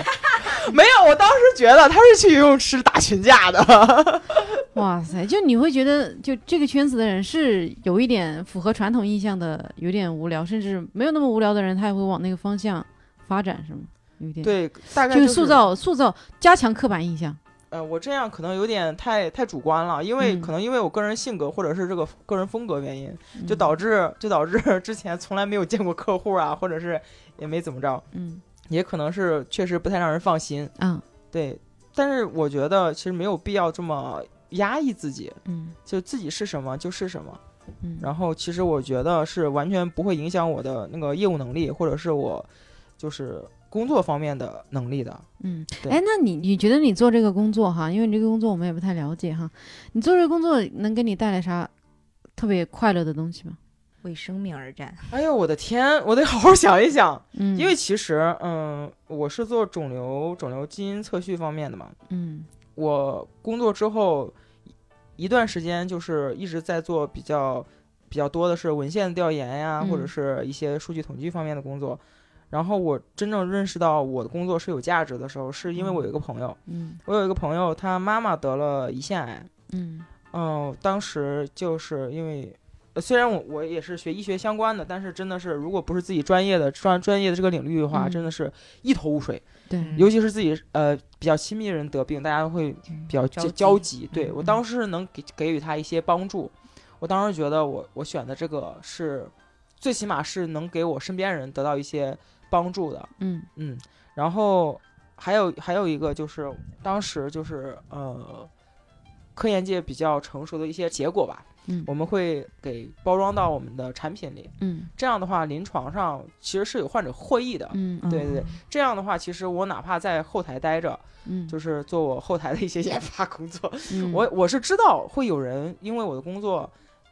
S4: 没有，我当时觉得他是去游泳池打群架的。
S1: 哇塞，就你会觉得，就这个圈子的人是有一点符合传统印象的，有点无聊，甚至没有那么无聊的人，他也会往那个方向发展，是吗？有一点，，
S4: 对，大概
S1: 就是是塑造、塑造、加强刻板印象。
S4: 呃，我这样可能有点太太主观了，因为、
S1: 嗯
S4: 可能因为我个人性格或者是这个个人风格原因，就
S1: 嗯
S4: 导致就导致之前从来没有见过客户啊，或者是也没怎么着，
S1: 嗯
S4: 也可能是确实不太让人放心。
S1: 啊
S4: 对，但是我觉得其实没有必要这么压抑自己，
S1: 嗯
S4: 就自己是什么就是什么。
S1: 嗯，
S4: 然后其实我觉得是完全不会影响我的那个业务能力，或者是我就是工作方面的能力的。
S1: 嗯，
S4: 对
S1: 哎，那你你觉得你做这个工作哈，因为你这个工作我们也不太了解哈，你做这个工作能给你带来啥特别快乐的东西吗？
S3: 为生命而战。
S4: 哎呦，我的天，我得好好想一想，
S1: 嗯，
S4: 因为其实嗯，我是做肿瘤肿瘤基因测序方面的嘛，
S1: 嗯
S4: 我工作之后一段时间，就是一直在做比较比较多的是文献调研呀，
S1: 嗯
S4: 或者是一些数据统计方面的工作。然后我真正认识到我的工作是有价值的时候，是因为我有一个朋友，
S1: 嗯
S4: 我有一个朋友，他妈妈得了胰腺癌，
S1: 嗯
S4: 嗯、当时就是因为。呃虽然我我也是学医学相关的，但是真的是，如果不是自己专业的专专业的这个领域的话，
S1: 嗯
S4: 真的是一头雾水。
S1: 对，
S3: 嗯
S4: 尤其是自己呃比较亲密的人得病，大家会比较
S3: 着
S4: 焦
S3: 急
S4: 焦急。对
S1: 嗯
S4: 我
S1: 嗯
S4: 当时是能给给予他一些帮助，我当时觉得我我选的这个是最起码是能给我身边人得到一些帮助的，
S1: 嗯
S4: 嗯。然后还有还有一个就是当时就是呃科研界比较成熟的一些结果吧，
S1: 嗯
S4: 我们会给包装到我们的产品里，
S1: 嗯
S4: 这样的话临床上其实是有患者获益的，
S1: 嗯，
S4: 对对对，这样的话，其实我哪怕在后台待着，
S1: 嗯，
S4: 就是是做我后台的一些研发工作，
S1: 嗯
S4: 我我是知道会有人因为我的工作，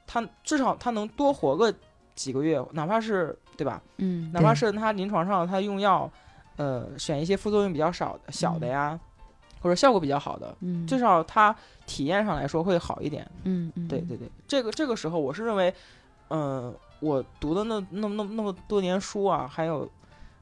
S4: 他至少他能多活个几个月，哪怕是对吧？
S1: 嗯
S4: 哪怕是他临床上他用药，呃，选一些副作用比较少的小的呀，或者效果比较好的，
S1: 嗯
S4: 至少他体验上来说会好一点。
S1: 嗯嗯
S4: 对对对，这个这个时候我是认为，嗯、我读的那那那那么多年书啊，还有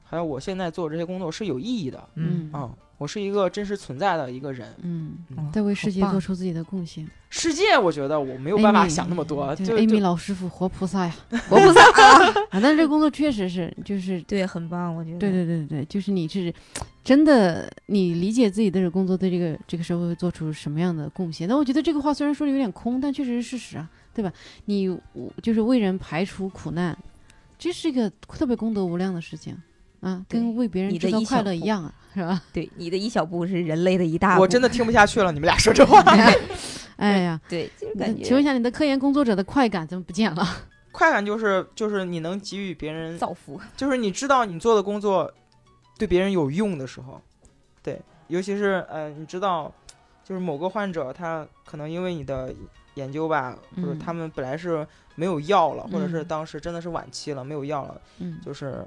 S4: 还有我现在做这些工作是有意义的啊、
S1: 嗯
S4: 嗯我是一个真实存在的一个人。
S1: 嗯
S4: 嗯
S1: 在为世界
S3: 好棒
S1: 做出自己的贡献。
S4: 世界，我觉得我没有办法
S1: 哎 Amy，
S4: 想那么多，
S1: 对
S4: 啊就
S1: ，Amy
S4: 就
S1: 老师傅，活菩 萨呀，活菩萨啊！ 但是这个工作确实是，就是
S3: 对，很棒，我觉得。
S1: 对对对对，就是你是真的，你理解自己的这个工作对这个这个社会会做出什么样的贡献？但我觉得这个话虽然说的有点空，但确实是事实啊，对吧？你我就是为人排除苦难，这是一个特别功德无量的事情啊，
S3: 对
S1: 跟为别人
S3: 你的
S1: 制造
S3: 一
S1: 快
S3: 小
S1: 乐一
S3: 步
S1: 样啊，是 吧？
S3: 对你的一小步是人类的一大步。
S4: 我真的听不下去了。你们俩说这话，
S1: 哎呀，
S3: 对，就是
S1: 那
S3: 感觉。
S1: 请问一下，你的科研工作者的快感怎么不见了？
S4: 快感就是就是你能给予别人，
S3: 造福，
S4: 就是你知道你做的工作对别人有用的时候，对，尤其是呃，你知道，就是某个患者他可能因为你的研究吧，或者
S1: 嗯
S4: 他们本来是没有药了，或者是
S1: 嗯
S4: 当时真的是晚期了，没有药了，
S1: 嗯
S4: 就是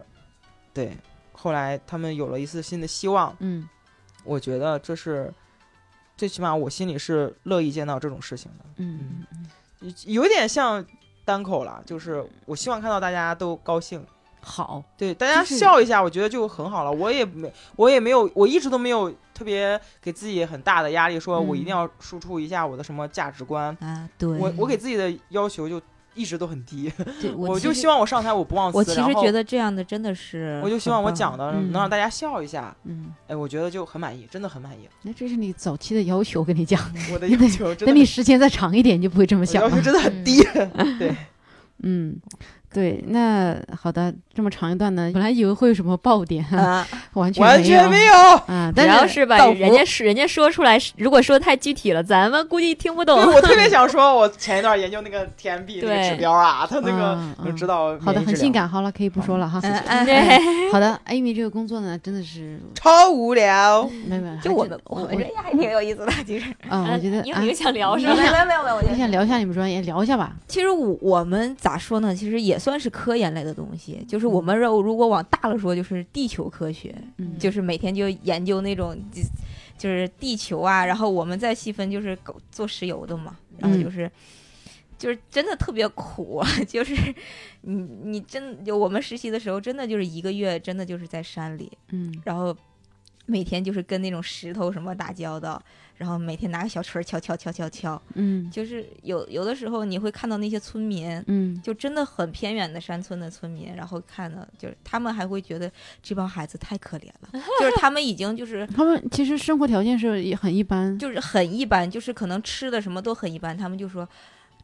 S4: 对，后来他们有了一丝新的希望，
S1: 嗯
S4: 我觉得这是最起码我心里是乐意见到这种事情的，
S1: 嗯嗯，
S4: 有有点像单口了，就是我希望看到大家都高兴。
S1: 好，
S4: 对，大家
S1: 就是
S4: 笑一下，我觉得就很好了。我也没，我也没有，我一直都没有特别给自己很大的压力，说我一定要输出一下我的什么价值观。
S3: 啊，对，
S4: 我我给自己的要求就一直都很低，
S3: 对
S4: 我
S3: 我其
S4: 就
S3: 实
S4: 希望我上台我不忘词，
S3: 我其实
S4: 然后
S3: 觉得这样的真的是，
S4: 我就希望我讲，的
S1: 嗯
S4: 能让大家笑一下，
S1: 嗯，
S4: 哎，我觉得就很满意，真的很满意。
S1: 那这是你早期的要求，我跟你讲，
S4: 我的要求真的
S1: 等
S4: 很，
S1: 你时间再长一点，你就不会这么
S4: 我的
S1: 想
S4: 要
S1: 了
S4: 求。真的很低。
S1: 嗯，对，那好的，这么长一段呢，本来以为会有什么爆点，
S3: 啊，
S1: 完全
S4: 完全没
S1: 没
S4: 有。
S1: 啊，
S2: 主要
S1: 但是
S2: 是把
S3: 到
S2: 人家是人家说出来，如果说太具体了，咱们估计听不
S4: 对，
S2: 懂。
S4: 我特别想说，我前一段研究那个 TMB 那个
S2: 对
S4: 指标啊，它那
S1: 嗯
S4: 个
S1: 嗯
S4: 就知道
S1: 好的，
S4: 免疫
S1: 很
S4: 治
S1: 性
S4: 疗，
S1: 感，好了，可以不说了哈。
S3: 嗯 嗯，
S2: 对，
S1: 好的，Amy 这个工作呢，真的是
S4: 超无聊。
S1: 没有没有，
S3: 就
S1: 还
S3: 我
S1: 真
S3: 们
S1: 我
S3: 我们这还挺有意思的，其实。
S1: 啊， 我觉得
S2: 英
S1: 啊
S2: 宁，想聊什
S1: 没有
S2: 么？
S1: 没
S3: 没有没有，我觉
S1: 你想聊一下你们专业，聊一下吧。
S3: 其实我我们咋说呢？其实也算是科研类的东西，就是我们如如果往大了说，就是地球科学，
S1: 嗯，
S3: 就是每天就研究那种就就是地球啊，然后我们再细分就是搞做石油的嘛，然后
S1: 嗯
S3: 就是。就是真的特别苦，啊 就是你你真就我们实习的时候，真的就是一个月，真的就是在山里，
S1: 嗯
S3: 然后每天就是跟那种石头什么打交道，然后每天拿个小锤儿敲敲敲敲敲，
S1: 嗯
S3: 就是有有的时候你会看到那些村民，
S1: 嗯
S3: 就真的很偏远的山村的村民，然后看到就是他们还会觉得这帮孩子太可怜 了，就是他们已经就是。
S1: 他们其实生活条件是也很一般，
S3: 就是很一般，就是可能吃的什么都很一般，他们就说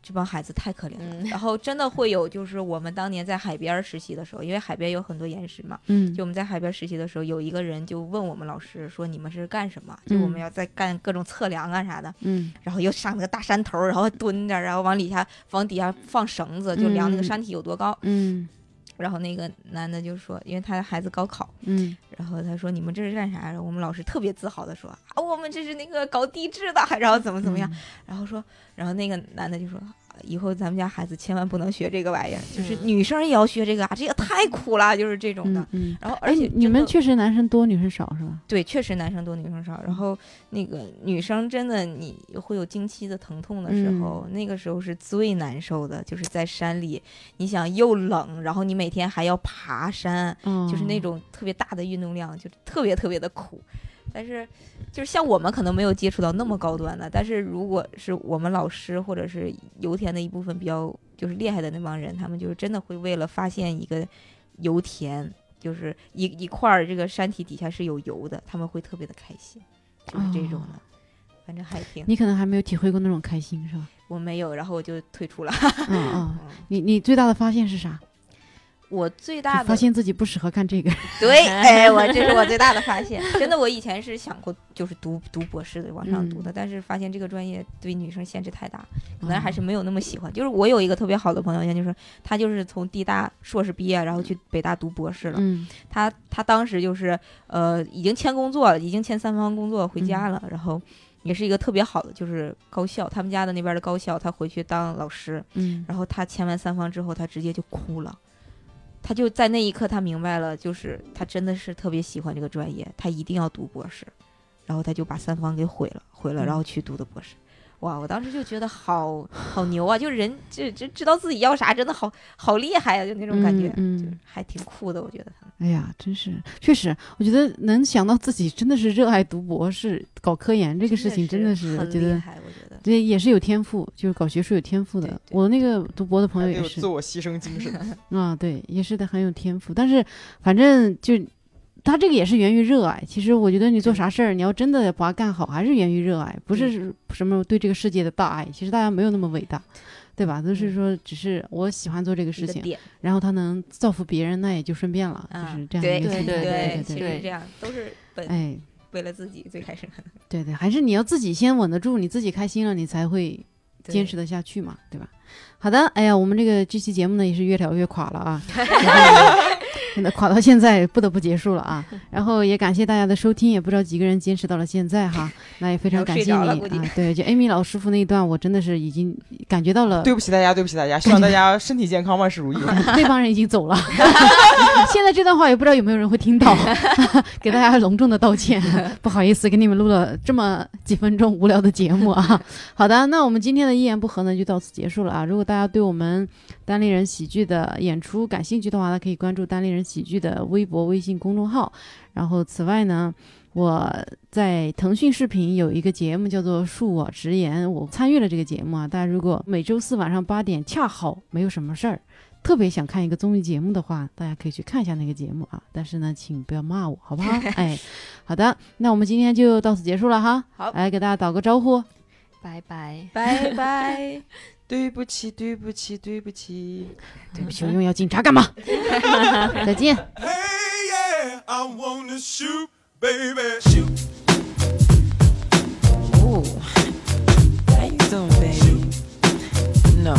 S3: 这帮孩子太可怜了。
S2: 嗯
S3: 然后真的会有，就是我们当年在海边儿实习的时候，因为海边有很多岩石嘛，
S1: 嗯
S3: 就我们在海边实习的时候，有一个人就问我们老师说：“你们是干什么？”就我们
S1: 嗯
S3: 要在干各种测量啊啥的，
S1: 嗯
S3: 然后又上那个大山头儿，然后蹲着，然后往底下往底下放绳子，就量那个
S1: 嗯
S3: 山体有多高。
S1: 嗯
S3: 然后那个男的就说，因为他的孩子高考，
S1: 嗯
S3: 然后他说：“你们这是干啥？”然后我们老师特别自豪的说：“啊，我们这是那个搞地质的，然后怎么怎么样。”
S1: 嗯
S3: 然后说，然后那个男的就说。以后咱们家孩子千万不能学这个玩意儿，就是
S2: 嗯
S3: 女生也要学这个啊，这也太苦了，就是这种的。
S1: 嗯嗯。
S3: 然后，而
S1: 哎，
S3: 且
S1: 你你
S3: 真的
S1: 们确实男生多，女生少是吧？
S3: 对，确实男生多女生少。然后那个女生真的你会有经期的疼痛的时候，
S1: 嗯
S3: 那个时候是最难受的，就是在山里，你想又冷，然后你每天还要爬山，
S1: 嗯，
S3: 就是那种特别大的运动量，就特别特别的苦。但是，就是像我们可能没有接触到那么高端的，但是如果是我们老师或者是油田的一部分比较就是厉害的那帮人，他们就是真的会为了发现一个油田，就是一一块儿这个山体底下是有油的，他们会特别的开心，就是这种
S1: 哦
S3: 的。反正还挺
S1: 你可能还没有体会过那种开心是吧？
S3: 我没有，然后我就退出了。
S1: 嗯嗯。
S3: 嗯
S1: 你你最大的发现是啥？
S3: 我最
S1: 就
S3: 大的
S1: 发现自己不适合干这个。
S3: 对，哎，我这是我最大的发现。真的，我以前是想过就是读读博士的，往上读的，但是发现这个专业对女生限制太大，可
S1: 啊
S3: 能还是没有那么喜欢。就是我有一个特别好的朋友，研究生，他就是从地大硕士毕业，然后去北大读博士了。
S1: 嗯
S3: 他他当时就是呃，已经签工作了，已经签三方工作回家了，然后。也是一个特别好的，就是高校，他们家的那边的高校，他回去当老师，
S1: 嗯
S3: 然后他签完三方之后，他直接就哭了。他就在那一刻，他明白了，就是他真的是特别喜欢这个专业，他一定要读博士。然后他就把三方给毁了，毁了，
S1: 嗯
S3: 然后去读的博士。哇，我当时就觉得好好牛啊！就人这这知道自己要啥，真的好好厉害啊！就那种感觉，
S1: 嗯嗯
S3: 就还挺酷的。我觉得他们
S1: 哎呀，真是，确实，我觉得能想到自己真的是热爱读博士、搞科研这
S3: 这
S1: 个事情，真的是，我
S3: 很
S1: 觉
S3: 厉
S1: 得
S3: 害。我觉得
S1: 这也是有天赋，就是搞学术有天赋
S3: 对
S1: 的
S3: 对。
S1: 我那个读博的朋
S4: 还
S1: 友
S4: 得
S1: 也
S4: 有
S1: 是
S4: 自，我牺牲精 神，
S1: 啊，对，也是的，很有天赋。但是反正就他这个也是源于热爱。其实我觉得你做啥事儿，你要真的把它干好，还是源于热爱，不是什么对这个世界的大爱。其实大家没有那么伟大，对吧？都是
S3: 嗯
S1: 说只是我喜欢做这个
S3: 一
S1: 事
S3: 个
S1: 情，
S3: 点，
S1: 然后他能造福别人，那也就顺便了，
S3: 啊
S1: 就是这样一个
S3: 对
S1: 心态。
S2: 对
S1: 对
S3: 其
S1: 对。
S3: 实这样都是本
S1: 哎，
S3: 为了自己最开始的
S1: 对对，还是你要自己先稳得住，你自己开心了，你才会坚持。
S3: 对
S1: 得下去嘛，对吧？好的，哎呀，我们这个这期节目呢也是越聊越垮了啊， 真的垮到现在不得不结束了啊。然后也感谢大家的收听，也不知道几个人坚持到了现在 哈，那也非常
S3: 都
S1: 感
S3: 睡
S1: 谢
S3: 着
S1: 你
S3: 了
S1: 啊
S3: 估计。
S1: 对，就 Amy 老师傅那一段，我真的是已经感觉到了
S4: 对不起大家，对不起大家，希望大家身体健康，万事如意。
S1: 对方人已经走了。现在这段话也不知道有没有人会听到， 给大家隆重的道歉， 不好意思给你们录了这么几分钟无聊的节目啊。好的，那我们今天的一言不合呢就到此结束了啊。如果大家对我们单立人喜剧的演出感兴趣的话呢，可以关注单立人喜剧的微博、微信公众号。然后此外呢。我在腾讯视频有一个节目叫做《恕我直言》，我参与了这个节目啊。大家如果每周四晚上八点恰好没有什么事儿，特别想看一个综艺节目的话，大家可以去看一下那个节目啊。但是呢，请不要骂我，好不好？ 哎，好的，那我们今天就到此结束了哈。
S3: 好
S1: 来给大家打个招呼。
S2: 拜拜。
S3: 拜拜。
S4: 对不起，对不起，对不起。
S1: 对不起，我用哎要警察 干嘛？再见。
S5: Hey, yeah, I wanna shoot, baby. Shoot,
S6: Ooh. How you doing, baby? No,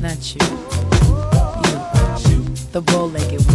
S6: not you. You, the bow-legged one.